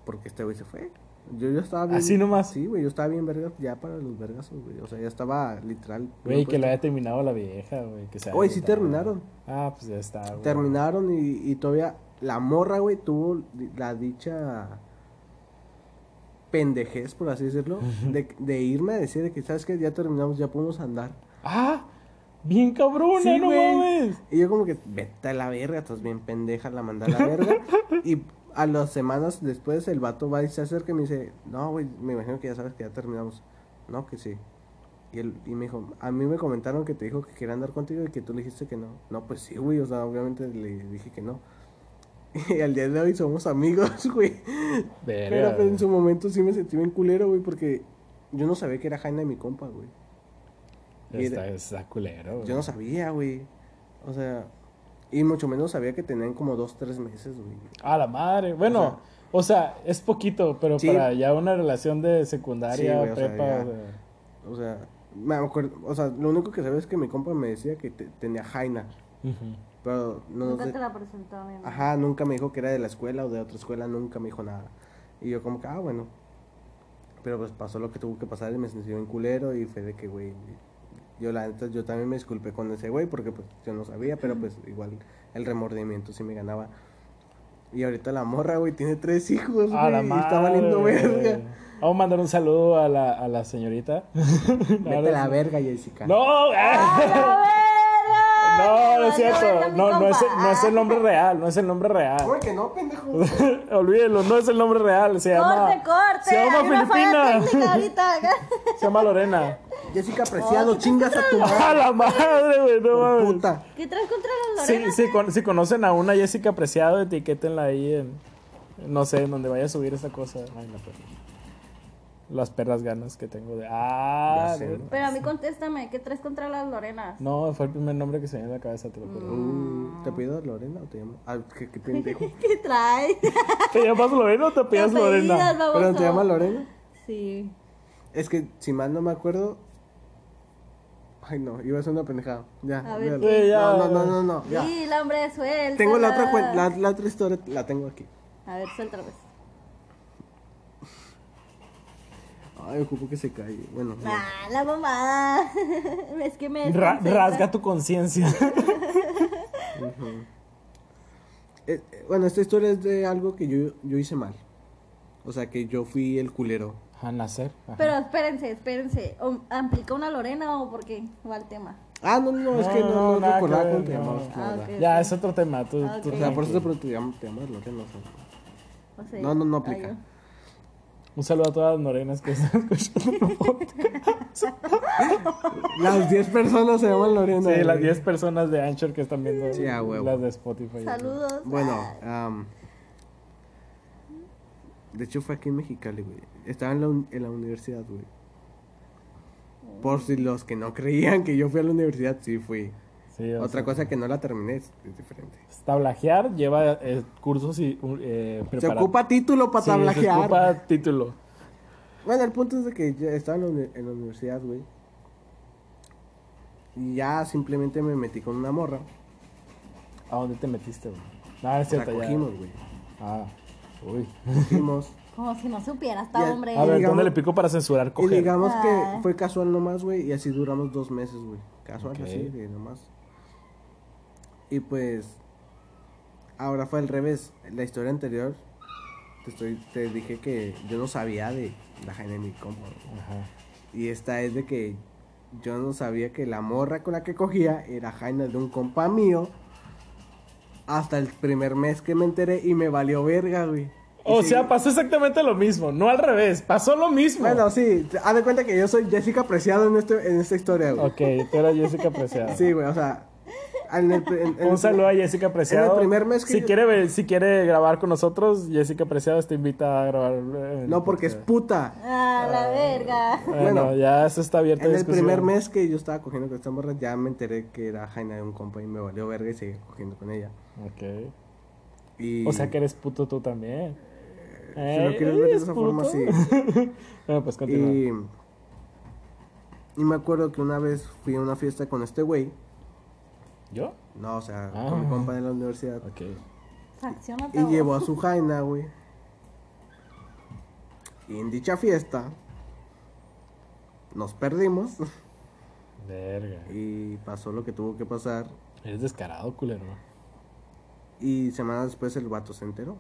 S3: Porque este güey se fue. Yo, yo estaba bien.
S2: Así nomás.
S3: Sí, güey, yo estaba bien vergas ya para los vergazos, güey. O sea, ya estaba literal.
S2: Güey, que lo
S3: la
S2: haya terminado la vieja, güey. que se haya
S3: Oye, sí
S2: agotado.
S3: terminaron.
S2: Ah, pues ya está, güey.
S3: Terminaron y, y todavía la morra, güey, tuvo di- la dicha pendejez, por así decirlo, de, de irme a decir de que, ¿sabes qué? Ya terminamos, ya podemos andar.
S2: Ah, bien cabrona,
S3: Sí,
S2: no
S3: güey.
S2: mames.
S3: Y yo como que, vete a la verga, estás bien pendeja, la mandé a la verga. y a las semanas después el vato va y se acerca y me dice, no, güey, me imagino que ya sabes que ya terminamos. No, que sí. Y, él, y me dijo, a mí me comentaron que te dijo que quería andar contigo y que tú le dijiste que no. No, pues sí, güey, o sea, obviamente le dije que no. Y al día de hoy somos amigos, güey.
S2: Verga,
S3: Pero pues,
S2: güey.
S3: en su momento sí me sentí bien culero, güey, porque yo no sabía que era Jaina mi compa, güey. y
S2: Está,
S3: era-
S2: está culero, güey.
S3: Yo no sabía, güey. O sea, y mucho menos sabía que tenían como dos, tres meses, güey.
S2: A la madre. Bueno, o sea, es poquito, pero
S3: Sí.
S2: para ya una relación de secundaria,
S3: Sí, güey, o sea,
S2: prepa. o
S3: ya.
S2: sea,
S3: O sea, me acuerdo, o sea, lo único que sabía es que mi compa me decía que te- tenía Jaina,
S2: ujú.
S3: pero no nos
S1: Nunca
S3: de-
S1: te la presentó a mi mamá.
S3: Ajá, nunca me dijo que era de la escuela o de otra escuela, nunca me dijo nada. Y yo como que, ah, bueno. Pero pues pasó lo que tuvo que pasar y me sentí bien culero y fue de que, güey, yo la neta, yo también me disculpé con ese güey porque pues yo no sabía, pero pues igual el remordimiento sí me ganaba. Y ahorita la morra, güey, tiene tres hijos,
S2: A
S3: güey,
S2: la
S3: y
S2: madre.
S3: está valiendo
S2: güey.
S3: verga.
S2: Vamos a mandar un saludo a la, a la señorita.
S3: Vete a la verga, Jessica.
S2: No,
S1: ¡A
S2: ah,
S1: la verga!
S2: no, no es
S1: verga,
S2: cierto.
S1: mi
S2: No, no es,
S1: compa. Ah,
S2: no es el nombre real, no es el nombre real.
S3: ¿Cómo que no, pendejo?
S2: Olvídelo, no es el nombre real. Se llama.
S1: Corte, corte.
S2: Se
S1: hay
S2: llama
S1: una falla
S2: Filipina.
S1: técnica ahorita.
S2: Se llama Lorena.
S3: Jessica Preciado, chingas a tu madre.
S2: ¡A la madre, güey! No
S3: por
S2: mames.
S3: puta.
S1: ¿Qué traes contra las
S2: Sí,
S1: Lorenas?
S2: sí, con- si conocen a una Jessica Preciado, etiquétenla ahí en. No sé, en donde vaya a subir esa cosa. Ay, no, pero- Las perras ganas que tengo de. ¡Ah!
S3: Ya sé,
S2: güey.
S3: ¿no?
S1: Pero a mí contéstame, ¿qué traes contra las Lorenas?
S2: No, fue el primer nombre que se me dio en la cabeza, te lo juro.
S1: Mm.
S2: Mm.
S3: Uh, ¿Te pido Lorena o te llamo? Ah, qué, qué pendejo.
S1: ¿Qué traes?
S2: ¿Te llamas Lorena o te pidas
S1: Te apellidas,
S2: Lorena?
S1: baboso.
S3: ¿Pero te llama Lorena?
S1: Sí.
S3: Es que si mal no me acuerdo. Ay, no, iba a ser una pendejada. Ya,
S1: A ver,
S3: olvídalo.
S2: Sí, ya.
S3: No, no, no, no, no, ya.
S1: Sí, la hombre suelta.
S3: Tengo la otra cuen- la, la otra historia la tengo aquí.
S1: A ver, suelta vez.
S3: Ay, ocupo que se calle. Bueno, no.
S1: Ah, la mamada. es que me.
S2: Ra-
S1: desconcentra.
S2: rasga tu conciencia.
S3: Eh, eh, bueno, esta historia es de algo que yo, yo hice mal. O sea, que yo fui el culero.
S2: a nacer. ajá.
S1: Pero espérense, espérense. ¿O ¿Amplica una Lorena o por qué? ¿O al tema?
S3: Ah, no, no, no, es que
S2: No,
S3: no,
S2: no,
S3: no,
S2: nada
S3: recordaba
S2: que
S3: cómo
S2: ver,
S3: te
S2: no.
S3: llamabas.
S1: Ah,
S3: la verdad.
S1: ok.
S2: Ya, es otro tema. Tú,
S1: Ah,
S2: tú
S1: ok.
S3: O sea, por eso
S2: tranqui.
S3: te pregunto, ¿te llamas, te llamas Lorena? O sea,
S1: O sea,
S3: no, no, no
S1: ay,
S3: aplica.
S2: Un saludo a todas las morenas que están escuchando el podcast.
S3: Las 10 personas se llaman Lorena.
S2: Sí, las
S3: güey.
S2: 10 personas de Anchor que están viendo
S3: Sí, a huevo.
S2: las de Spotify.
S1: Saludos.
S3: Bueno,
S1: Ah,
S3: am, de hecho fue aquí en Mexicali, güey. Estaba en la, un- en la universidad, güey. Por
S2: Mm.
S3: si los que no creían que yo fui a la universidad, sí fui.
S2: Sí, o
S3: Otra
S2: sea,
S3: cosa que no la terminé es, es diferente.
S2: Tablajear lleva eh, cursos y eh,
S3: Se
S2: prepara-
S3: ocupa título para
S2: Sí,
S3: tablajear.
S2: Se ocupa título.
S3: Bueno, el punto es de que yo estaba en la, uni- en la universidad, güey. Y ya simplemente me metí con una morra.
S2: ¿A dónde te metiste, güey? Ah, es
S3: La
S2: cierto, ya.
S3: cogimos, güey.
S2: Ah, uy.
S3: Cogimos.
S1: Como si no supiera, está
S3: Ya,
S1: hombre.
S2: A ver,
S3: digamos-
S2: ¿dónde le pico para censurar?
S3: Y
S2: Coger.
S3: digamos
S1: Ah.
S3: que fue casual nomás, güey, y así duramos dos meses, güey. Casual
S2: Ok.
S3: así, de nomás. Y pues, ahora fue al revés. En La historia anterior, te, estoy, te dije que yo no sabía de la Jaina de mi compa. güey.
S2: Ajá.
S3: Y esta es de que yo no sabía que la morra con la que cogía era Jaina de un compa mío. Hasta el primer mes que me enteré y me valió verga, güey. Y
S2: O
S3: sí,
S2: sea, pasó exactamente lo mismo, no al revés, pasó lo mismo.
S3: Bueno, sí, haz de cuenta que yo soy Jessica Preciado en, este, en esta historia, güey.
S2: Ok, tú eras Jessica Preciado.
S3: Sí, güey, o sea. en el pri- en- en el-
S2: Un saludo a Jessica Preciado.
S3: en el primer mes que
S2: si,
S3: yo-
S2: quiere, ver- si quiere grabar con nosotros, Jessica Preciado te invita a grabar. eh,
S3: No, porque es puta.
S1: Ah, la verga.
S2: Bueno,
S3: Bueno,
S2: ya eso está abierto. a
S3: En el
S2: discusión.
S3: primer mes que yo estaba cogiendo con esta morra, ya me enteré que era Jaina de un compa y me valió verga y seguí cogiendo con ella.
S2: Ok.
S3: Y
S2: O sea que eres puto tú también.
S3: Si lo
S2: Eh,
S3: quieres ver de
S2: ¿eres
S3: esa forma,
S2: puto?
S3: sí.
S2: bueno, pues continúa.
S3: Y, y me acuerdo que una vez fui a una fiesta con este güey.
S2: ¿Yo?
S3: No, o sea,
S2: Ah.
S3: con mi compa de la universidad.
S2: Ok.
S1: Facciónate.
S3: Y
S1: vos.
S3: llevó a su Jaina, güey. Y en dicha fiesta, nos perdimos.
S2: Verga.
S3: Y pasó lo que tuvo que pasar.
S2: Eres descarado, culero.
S3: Y semanas después el vato se enteró.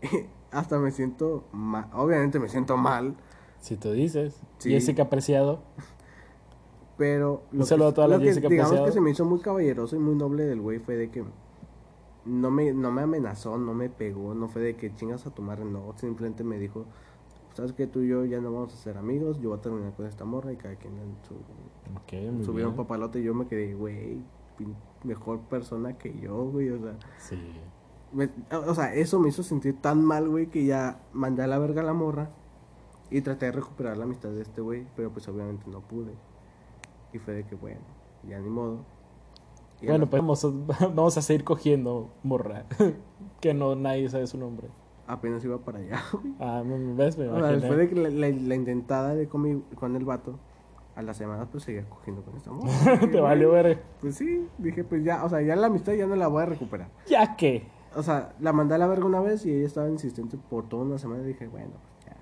S3: Hasta me siento mal. Obviamente me siento mal.
S2: Si tú dices.
S3: Sí.
S2: Jessica Preciado.
S3: Pero
S2: Un saludo a toda la
S3: lo que
S2: Jessica
S3: digamos
S2: Preciado.
S3: que se me hizo muy caballeroso y muy noble del güey fue de que no me, no me amenazó, no me pegó, no fue de que chingas a tu madre, no, simplemente me dijo, sabes que tú y yo ya no vamos a ser amigos, yo voy a terminar con esta morra y cada quien en su
S2: Ok, muy
S3: subieron
S2: bien.
S3: papalote y yo me quedé, güey, pin- mejor persona que yo, güey, o sea,
S2: Sí.
S3: me- o sea, eso me hizo sentir tan mal, güey, que ya mandé a la verga a la morra y traté de recuperar la amistad de este güey, pero pues obviamente no pude. Y fue de que, bueno, ya ni modo. Y a
S2: Bueno,
S3: la-
S2: pues vamos a, vamos a seguir cogiendo, morra. que no nadie sabe su nombre.
S3: apenas iba para allá. güey.
S2: Ah, me- me- ¿ves? Me
S3: O sea, después
S2: imaginé.
S3: de que la, la- la intentada de con, mi- con el vato, a las semanas pues seguía cogiendo con esta morra.
S2: Te valió ver.
S3: Pues sí, dije, pues ya, o sea, ya la amistad ya no la voy a recuperar.
S2: ¿Ya qué?
S3: O sea, la mandé a la verga una vez y ella estaba insistente por toda una semana y dije, bueno, pues ya.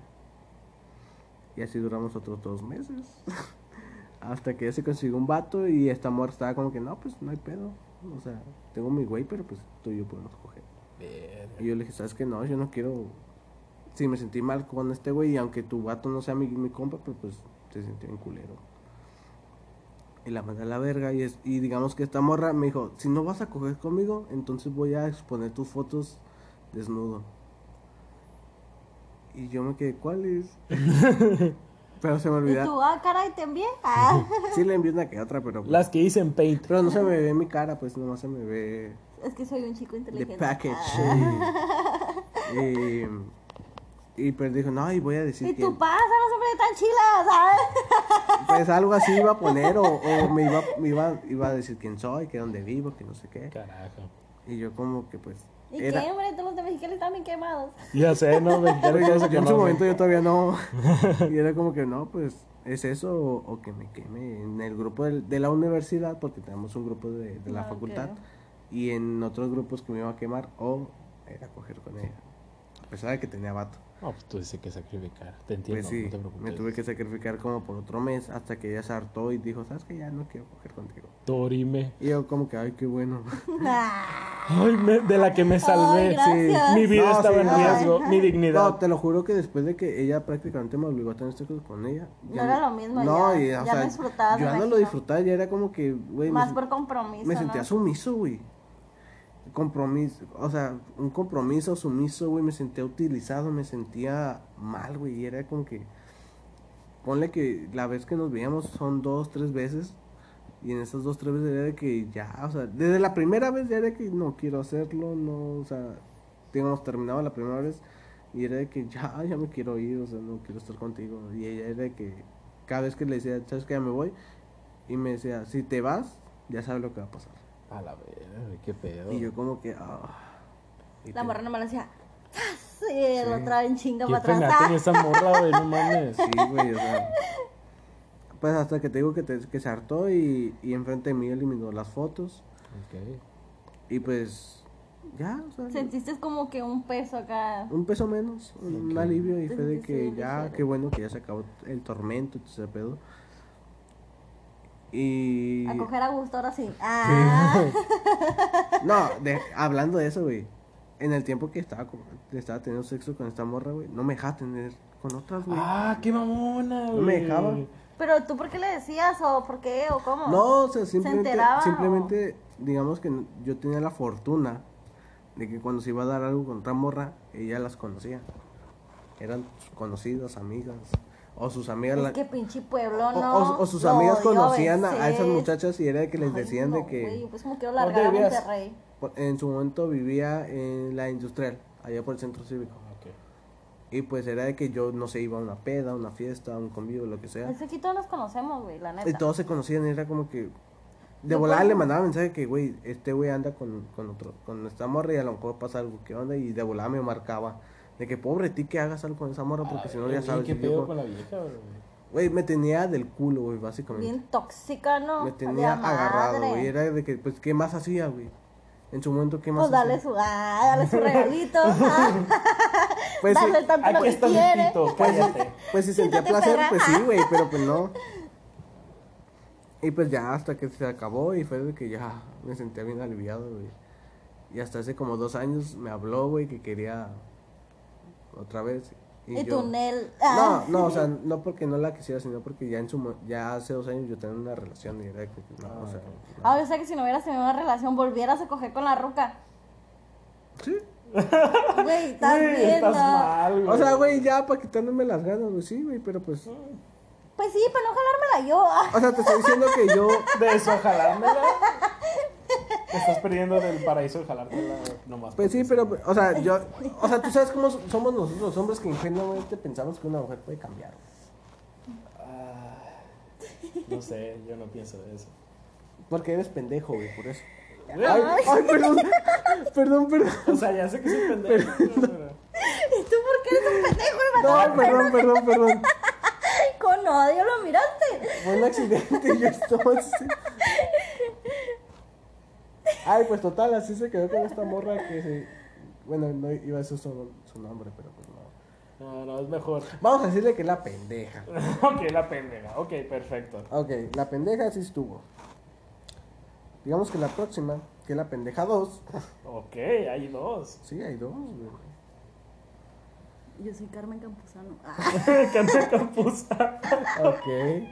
S3: Y así duramos otros dos meses. Hasta que ella se consiguió un vato y esta morra estaba como que, no, pues no hay pedo. O sea, tengo mi güey, pero pues tú y yo podemos coger. Y yo le dije, ¿sabes qué? No, yo no quiero. Sí, me sentí mal con este güey y aunque tu vato no sea mi, mi compa, pero pues se sintió en culero. Y la mandé a la verga y, es- y digamos que esta morra me dijo, si no vas a coger conmigo, entonces voy a exponer tus fotos desnudo. Y yo me quedé, ¿cuáles? Pero se me
S1: Y
S3: olvidó.
S1: tú, ah, caray, te envié. Ah,
S3: Sí le envié una que otra, pero. pues,
S2: Las que hice en Paint.
S3: Pero no se me ve mi cara, pues nomás se me ve.
S1: es que soy un chico
S3: The
S1: inteligente. Ah.
S3: package. Y. Y pues dijo, no, y voy a decir
S1: Y
S3: quién.
S1: tú, pasa, no siempre tan chilas. ah.
S3: Pues algo así iba a poner, o, o me, iba, me iba, iba a decir quién soy, que dónde vivo, que no sé qué.
S2: Carajo.
S3: Y yo, como que pues.
S1: ¿Y qué, hombre? Todos los de Mexicali están bien quemados.
S2: Ya sé, no, me
S3: Pero
S2: ya
S3: yo,
S2: se
S3: yo en
S2: conoce.
S3: su momento yo todavía no. Y era como que no, pues es eso o, o que me queme en el grupo del- de la universidad, porque tenemos un grupo de, de la
S1: Ah,
S3: facultad,
S1: ok.
S3: y en otros grupos que me iba a quemar o era coger con ella. A pesar de que tenía vato.
S2: No, pues tú dices que sacrificar. Te entiendo,
S3: Pues sí,
S2: no te
S3: me
S2: preocupes.
S3: tuve que sacrificar como por otro mes hasta que ella se hartó y dijo, ¿sabes que Ya no quiero coger contigo.
S2: Torime.
S3: Y yo como que, ay, qué bueno.
S1: Ah.
S2: Ay, me- de la que me
S1: Ay,
S2: salvé.
S1: gracias.
S2: Mi vida
S3: No,
S2: estaba
S3: sí,
S2: en
S3: no.
S2: riesgo, mi
S3: No,
S2: dignidad.
S3: te lo juro que después de que ella prácticamente me obligó a tener sexo con ella.
S1: No
S3: ya
S1: era lo mismo,
S3: No,
S1: ya-
S3: y,
S1: ya
S3: o
S1: no
S3: sea,
S1: disfrutabas,
S3: Yo
S1: me
S3: ya no lo
S1: imagino.
S3: disfrutaba, ya era como que, güey, me,
S1: Más
S3: sen-
S1: por compromiso.
S3: me sentía
S1: ¿no?
S3: sumiso, güey. Compromiso, o sea, un compromiso sumiso, güey, me sentía utilizado, me sentía mal, güey, y era como que. Ponle que la vez que nos veíamos son dos, tres veces. Y en esas dos, tres veces era de que ya, o sea, desde la primera vez ya era que no quiero hacerlo, no, o sea, digamos, terminaba la primera vez y era de que ya, ya me quiero ir, o sea, no quiero estar contigo. Y ella era de que cada vez que le decía, sabes que ya me voy, y me decía, si te vas, ya sabes lo que va a pasar.
S2: A la verga, qué pedo.
S3: Y yo como que, ah. Y
S1: La
S3: te-
S1: morra no me lo hacía. ¡zas! "Ah, Sí, lo traen chinga
S2: Qué
S1: para atrás.
S2: pena
S1: ah.
S2: tiene esa morra, güey, no mames.
S3: Sí, güey, o sea. Pues hasta que te digo que, te- que se hartó y, y enfrente de mí eliminó las fotos.
S2: Ok.
S3: Y pues, ya, o sea.
S1: Sentiste como que un peso acá.
S3: Un peso menos, un
S2: Ok.
S3: alivio y fue de
S1: Sí,
S3: que
S1: sí,
S3: ya,
S1: ligero.
S3: qué bueno que ya se acabó el tormento, y todo ese pedo. Y...
S1: A coger a gusto ahora sí. Ah.
S3: No, de- hablando de eso, güey. En el tiempo que estaba, co- estaba teniendo sexo con esta morra, güey, no me dejaba tener con otras, güey.
S2: Ah, qué mamona, güey.
S3: No me dejaba.
S1: Pero tú, ¿por qué le decías? ¿O por qué? ¿O cómo?
S3: No, o sea, simplemente,
S1: enteraba,
S3: simplemente digamos que n- yo tenía la fortuna de que cuando se iba a dar algo con otra morra, ella las conocía. Eran sus conocidas, amigas. O sus amigas. la-
S1: Es que pinche pueblo,
S3: o-
S1: no.
S3: o- o sus
S1: lo
S3: amigas
S1: odio
S3: conocían a, a
S1: veces.
S3: esas muchachas y era de que les
S1: Ay,
S3: decían de
S1: no,
S3: que.
S1: güey, pues como quiero
S2: ¿Dónde
S1: largar a
S2: vivías?
S1: Monterrey.
S3: por- En su momento vivía en la industrial, allá por el centro cívico.
S2: Ok.
S3: Y pues era de que yo, no sé, iba a una peda, a una fiesta, a un convivio, lo que sea.
S1: Es que aquí todos nos conocemos, güey, la neta.
S3: Y todos se conocían, era como que. De
S1: No
S3: volada
S1: puedo.
S3: le mandaba mensaje que, güey, este güey anda con, con otro, con esta morra y a lo mejor pasa algo, ¿qué onda? Y de volada me marcaba. De que pobre ti que hagas algo con esa morra, porque
S2: Ah,
S3: si no ya
S2: güey,
S3: sabes.
S2: ¿Qué
S3: y yo
S2: pedo
S3: como-
S2: con la vieja, güey?
S3: Güey, me tenía del culo, güey, básicamente.
S1: Bien tóxica, ¿no?
S3: me
S1: De
S3: tenía
S1: la
S3: agarrado,
S1: madre.
S3: güey. Era de que, pues, ¿qué más hacía, güey? En su momento, ¿qué más
S1: Pues dale
S3: hacía?
S1: su, ah, dale su regalito. ah,
S3: Pues, sí,
S1: dale tanto lo
S2: Aquí
S1: que
S2: está
S1: quiere.
S2: mi pito,
S3: pues,
S2: cállate.
S3: pues si sentía
S1: Siéntate,
S3: placer,
S1: perra.
S3: pues sí, güey, pero pues no. Y pues ya hasta que se acabó y fue de que ya me sentía bien aliviado, güey. Y hasta hace como dos años me habló, güey, que quería otra vez.
S1: Y,
S3: yo-
S1: tu Nel. ah.
S3: No, no, o sea, no porque no la quisiera, sino porque ya en su mo- ya hace dos años yo tenía una relación directa. No, o sea, no.
S1: Ah, o sea que si no hubieras tenido una relación, volvieras a coger con la ruca.
S3: Sí.
S1: Güey, estás
S2: Güey,
S1: viendo.
S2: Estás mal, güey.
S3: O sea, güey, ya para quitándome las ganas, güey, sí, güey, pero pues...
S1: Pues sí, para no jalármela yo. ah.
S3: O sea, te estoy diciendo que yo
S2: De eso, jalármela. Te estás perdiendo del paraíso de jalármela güey, nomás.
S3: Pues sí,
S2: porque
S3: pero, o sea, yo, o sea, tú sabes cómo so- somos nosotros los hombres que ingenuamente pensamos que una mujer puede cambiar.
S2: Ah, no sé, yo no pienso de eso.
S3: Porque eres pendejo, güey, por eso.
S2: Güey,
S3: Ay, ay, perdón, perdón, perdón.
S2: O sea, ya sé que soy pendejo. pero-
S1: ¿Y tú por qué eres un pendejo? Y me
S3: No, perdón, perdón, perdón.
S1: con odio lo miraste.
S3: Fue un accidente, yo estaba así. Ay, pues total, así se quedó con esta morra que se, bueno, no iba a decir su, su nombre, pero pues no.
S2: No, no, es mejor.
S3: Vamos a decirle que la pendeja.
S2: ok, la pendeja. Ok, perfecto.
S3: Ok, la pendeja sí estuvo. Digamos que la próxima, que es la pendeja 2.
S2: Ok, hay dos.
S3: Sí, hay dos, güey.
S1: Yo soy Carmen Campuzano. Ah.
S2: Canta Campuzano.
S3: Ok.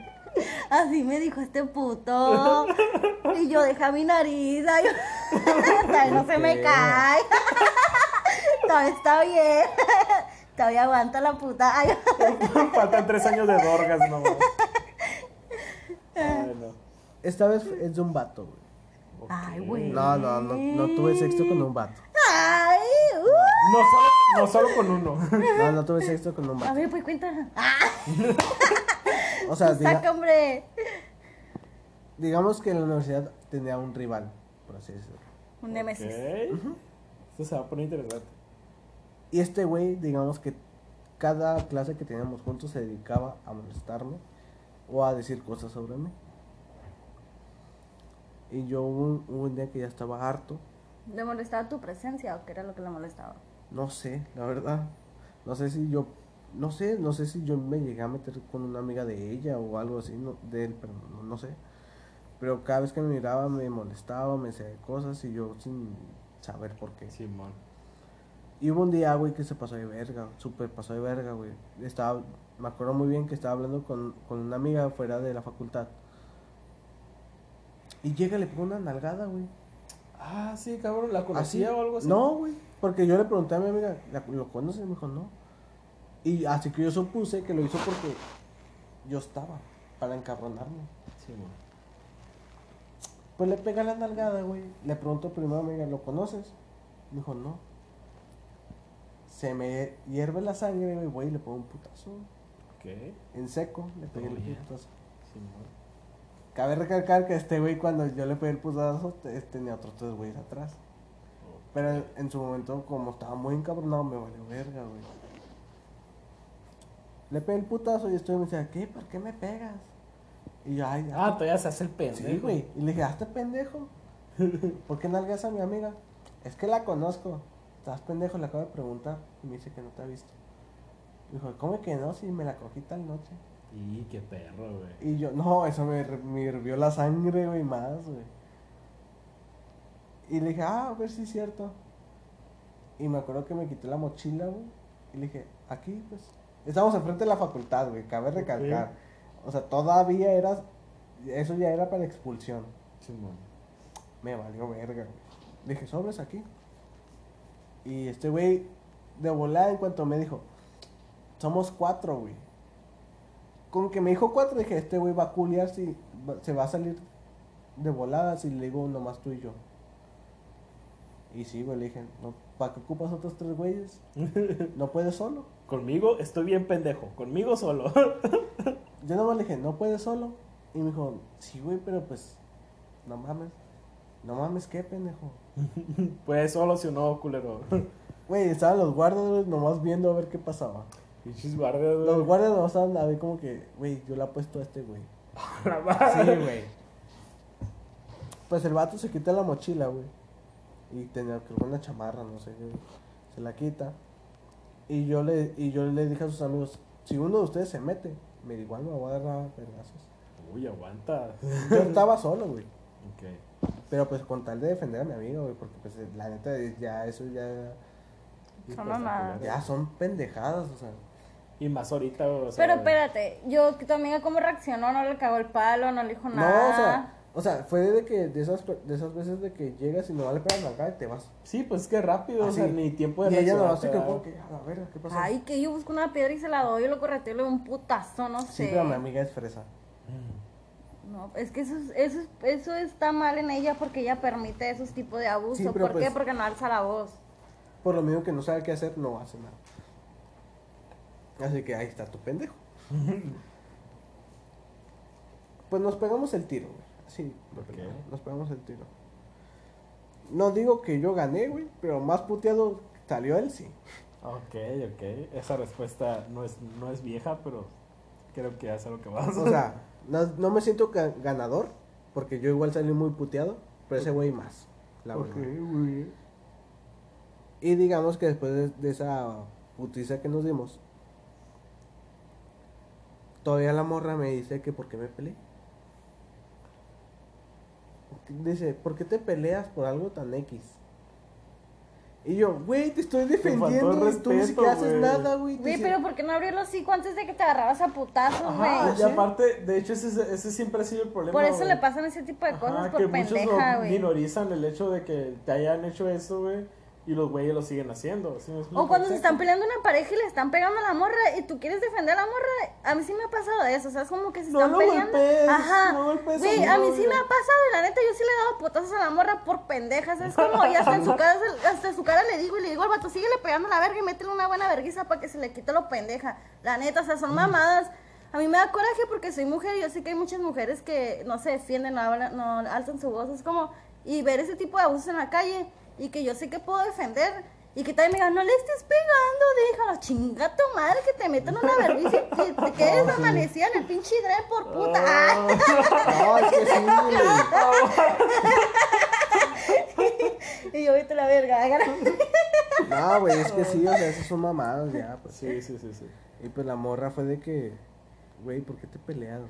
S1: Así me dijo este puto. Y yo deja mi nariz. Ay, todavía no se me
S3: Qué
S1: cae. Todo está bien. Todavía aguanta la puta. Ay,
S2: Faltan tres años de dorgas, no. mames. Ay, no.
S3: Esta vez es de un vato, güey.
S1: Ay, güey.
S3: No, no, no, no tuve sexto con un vato.
S1: Ay, uh.
S2: No solo, no solo con uno.
S3: No, no tuve sexto con un
S1: A
S3: vato.
S1: ver, pues cuenta. Ah,
S3: O sea, diga-
S1: saca, hombre.
S3: digamos que en la universidad tenía un rival, por así decirlo.
S1: Un Nemesis.
S2: Ok. Esto se va a poner interesante.
S3: Y este güey, digamos que cada clase que teníamos juntos se dedicaba a molestarme o a decir cosas sobre mí. Y yo hubo un, hubo un día que ya estaba harto,
S1: ¿Le molestaba tu presencia o qué era lo que le molestaba?
S3: no sé, la verdad. No sé si yo, no sé, no sé si yo me llegué a meter con una amiga de ella o algo así, no, de él, pero no, no sé. Pero cada vez que me miraba me molestaba, me decía cosas y yo sin saber por qué.
S2: Simón.
S3: Y hubo un día, güey, que se pasó de verga, súper pasó de verga, güey. Estaba, me acuerdo muy bien que estaba hablando con, con una amiga fuera de la facultad. Y llega, le pone una nalgada, güey.
S2: Ah, sí, cabrón. ¿La conocía
S3: Así.
S2: o algo así?
S3: No, güey. Porque yo le pregunté a mi amiga, "¿La- ¿lo conoces? Me dijo, no. Y así que yo supuse que lo hizo porque yo estaba, para encabronarme.
S2: Simón.
S3: Pues le pega la nalgada, güey. Le pregunto primero a mi amiga, ¿lo conoces? Me dijo, no. Se me hierve la sangre, güey, güey, y le pongo un putazo.
S2: Ok.
S3: En seco, le pegué
S2: Oh,
S3: el
S2: yeah.
S3: putazo.
S2: Simón.
S3: Cabe recalcar que este güey, cuando yo le pegué el putazo, te- tenía otros tres güeyes atrás. Pero en, en su momento, como estaba muy encabronado, me valió verga, güey. Le pegué el putazo y este güey me decía, ¿qué? ¿Por qué me pegas? Y yo, ay,
S2: Ah, todavía se hace el pendejo.
S3: Sí, güey. Y le dije, hazte pendejo. ¿Por qué nalgas a mi amiga? Es que la conozco. Estás pendejo, le acabo de preguntar. Y me dice que no te ha visto. Dijo, ¿cómo que no? Si me la cogí tal noche.
S2: Y qué perro, güey.
S3: Y yo, no, eso me, re- me hirvió la sangre, güey, más, güey. Y le dije, ah, a ver si es cierto. Y me acuerdo que me quité la mochila, güey. Y le dije, aquí, pues. Estamos enfrente de la facultad, güey, cabe recalcar. O sea, todavía era. Eso ya era para expulsión.
S2: Simón.
S3: Me valió verga, güey. Le Dije, sobres aquí. Y este güey, de volada, en cuanto me dijo, somos cuatro, güey. Con que me dijo cuatro, dije, este güey va a culiar si va- se va a salir de volada si le digo nomás tú y yo. Y sí, güey, le dije, no, ¿para qué ocupas otros tres güeyes? No puedes solo.
S2: Conmigo estoy bien pendejo. Conmigo solo.
S3: Yo nomás le dije, no puedes solo. Y me dijo, sí, güey, pero pues, no mames. No mames, qué pendejo.
S2: pues solo si no, culero.
S3: Güey, estaban los guardas, güey, nomás viendo a ver qué pasaba.
S2: Pinches guardias, güey.
S3: Los guardas nomás estaban a ver como que, güey, yo le apuesto a este güey.
S2: La madre.
S3: güey. Pues el vato se quita la mochila, güey. Y tenía creo que una chamarra, no sé, güey. Se la quita. Y yo le, y yo le dije a sus amigos, si uno de ustedes se mete, me da igual me voy a agarrar a vergazos.
S2: Uy, aguanta.
S3: Yo estaba solo, güey.
S2: Ok.
S3: Pero pues con tal de defender a mi amigo, güey, porque pues la neta ya eso ya, pues,
S1: Son mamadas.
S3: ya son pendejadas, o sea.
S2: Y más ahorita, güey. o sea,
S1: Pero espérate, yo, tu amiga, ¿cómo reaccionó? ¿No le cagó el palo? ¿No le dijo
S3: No,
S1: nada?
S3: o sea, o sea, fue de que de esas, de esas veces de que llegas y no vale para arrancar y te vas.
S2: Sí, pues es que rápido, o sea,
S3: Así.
S2: ni tiempo de
S3: Y ella no
S2: reaccionar
S3: hace
S2: te
S3: que
S2: da.
S3: como que, a la verga, ¿qué pasó?
S1: Ay, que yo busco una piedra y se la doy, yo lo correteo y le doy un putazo, no
S3: sí,
S1: sé.
S3: pero mi amiga es fresa.
S1: No, es que eso, es- eso, es- eso está mal en ella porque ella permite esos tipos de abusos.
S3: Sí, pero
S1: ¿Por
S3: pues-
S1: qué? Porque no alza la voz.
S3: Por lo mismo que no sabe qué hacer, no hace nada. Así que ahí está tu pendejo. pues nos pegamos el tiro, güey. Así, de
S2: Ok.
S3: verdad, nos pegamos el tiro. No digo que yo gané, güey, pero más puteado salió él, sí.
S2: Ok, ok. Esa respuesta no es, no es vieja, pero creo que hace lo que vas.
S3: O sea, no, no me siento ga- ganador, porque yo igual salí muy puteado, pero ese güey más, la
S2: Ok,
S3: verdad.
S2: güey.
S3: Y digamos que después de, de esa putiza que nos dimos, todavía la morra me dice que por qué me peleé. Dice, ¿por qué te peleas por algo tan X? Y yo, güey, te estoy
S2: faltó el
S3: defendiendo, güey, tú ni
S2: respeto,
S3: siquiera haces
S2: güey.
S3: nada, güey. te
S1: Güey,
S3: hice-
S1: pero ¿por qué no abrió el hocico antes de que te agarrabas a putazos,
S2: Ajá,
S1: güey?
S2: y
S3: sí.
S2: aparte, de hecho, ese, es- ese siempre ha sido el problema.
S1: Por eso
S2: güey.
S1: le pasan ese tipo de cosas
S2: Ajá,
S1: por
S2: que muchos lo
S1: pendeja, güey.
S2: minorizan el hecho de que te hayan hecho eso, güey. y los güeyes lo siguen haciendo. ¿sí me explico?
S1: O cuando se están peleando una pareja y le están pegando a la morra y tú quieres defender a la morra. A mí sí me ha pasado eso, o sea, es como que se
S3: No
S1: están
S3: lo
S1: peleando.
S3: golpees,
S1: Ajá.
S3: no golpees a
S1: Güey,
S3: mi
S1: a mí sí
S3: novio.
S1: me ha pasado, y la neta, yo sí le he dado potazos a la morra por pendejas. Es como, y hasta en su cara, hasta en su cara le digo y le digo al vato, síguele pegando la verga y métele una buena verguiza para que se le quite lo pendeja. La neta, o sea, son mamadas. A mí me da coraje porque soy mujer y yo sé que hay muchas mujeres que no se defienden, no, hablan- no alzan su voz. Es como, y ver ese tipo de abusos en la calle y que yo sé que puedo defender y que también me digan, no le estés pegando, déjalo, chinga tu madre que te metan una vergüenza y que te quedes amanecida en el pinche dren por puta. Ah,
S3: No, es que sí, güey.
S1: y yo vete a la verga.
S3: No, güey, es que sí, o sea, esos son mamadas ya, pues.
S2: Sí, sí, sí, sí.
S3: Y pues la morra fue de que, güey, ¿por qué te peleas?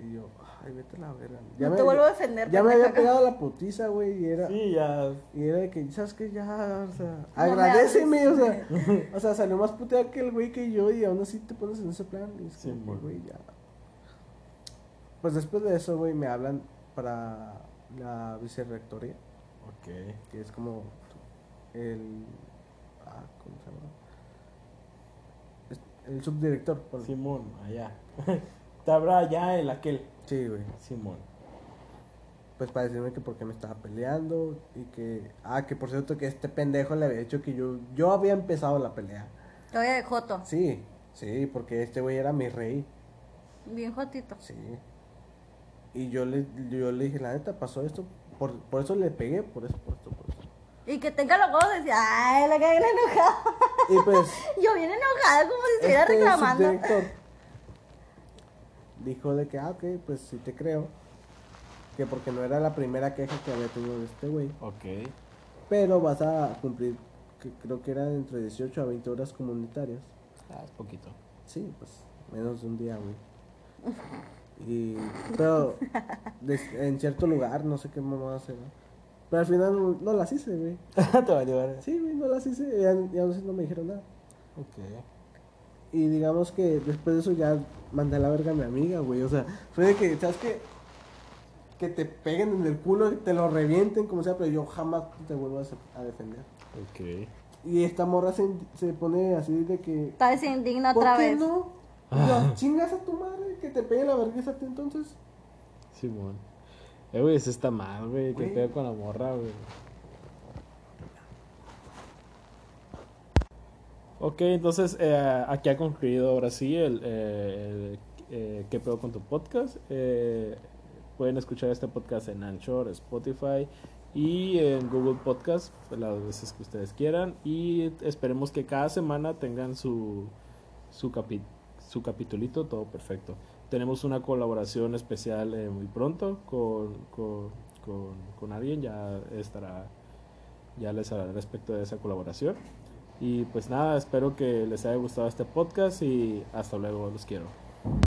S3: Y yo, ay, vete a la verga.
S1: No te vuelvo a defender,
S3: Ya me
S1: pendeja.
S3: había pegado la putiza, güey, y era,
S2: Sí, ya.
S3: y era de que, ¿sabes qué? Ya, o sea,
S1: me
S3: agradeceme, o sea, o sea, salió más puteada que el güey que yo y aún así te pones en ese plan. Y es
S2: Sí,
S3: como que,
S2: mon.
S3: güey, ya. Pues después de eso, güey, me hablan para la vicerrectoría,
S2: Ok.
S3: que es como el, ah, ¿cómo se llama? Es- El subdirector, por
S2: Simón, allá. Te habrá allá el aquel.
S3: Sí, güey.
S2: Simón.
S3: Pues para decirme que por qué me estaba peleando y que... Ah, que por cierto que este pendejo le había dicho que yo... Yo había empezado la pelea.
S1: Todavía de Joto,
S3: Sí, sí, porque este güey era mi rey.
S1: bien Jotito.
S3: Sí. Y yo le, yo le dije, la neta, pasó esto. Por, por eso le pegué, por eso, por esto, por esto.
S1: Y que tenga los huevos de decir, ay, la cagué la enojada.
S3: Y pues...
S1: Yo bien enojada, como si estuviera
S3: este
S1: reclamando.
S3: subdirector dijo de que, ah, ok, pues sí te creo. Que porque no era la primera queja que había tenido de este güey.
S2: Ok.
S3: Pero vas a cumplir, que creo que era entre 18 a 20 horas comunitarias.
S2: Ah, es poquito.
S3: Sí, pues menos de un día, güey. Y, pero des- en cierto lugar, no sé qué mamá hacer. Pero al final no las hice, güey.
S2: Te va a llevar.
S3: Sí, güey, no las hice. Y ya, ya no sé, no me dijeron nada.
S2: Ok.
S3: Y digamos que después de eso ya mandé a la verga a mi amiga, güey. O sea, fue de que, ¿sabes qué? Que te peguen en el culo, que te lo revienten, como sea, pero yo jamás te vuelvo a se- a defender.
S2: Ok.
S3: Y esta morra se, se pone así de que.
S1: Tal vez se indigna
S3: ¿Por
S1: otra
S3: qué
S1: vez.
S3: no? No, chingas a tu madre que te pegue la vergüenza a ti entonces.
S2: Simón. Eh, güey, eso está mal, güey. Que
S3: Güey.
S2: pega con la morra, güey. Ok, entonces eh, aquí ha concluido ahora sí el, eh, el, eh, ¿Qué pedo con tu podcast? Eh, pueden escuchar este podcast en Anchor, Spotify y en Google Podcast las veces que ustedes quieran. Y esperemos que cada semana tengan su, su, capi- su capitulito todo perfecto. Tenemos una colaboración especial eh, muy pronto con, con, con- con alguien, ya estará, ya les hablaré respecto de esa colaboración. Y pues nada, espero que les haya gustado este podcast y hasta luego, los quiero.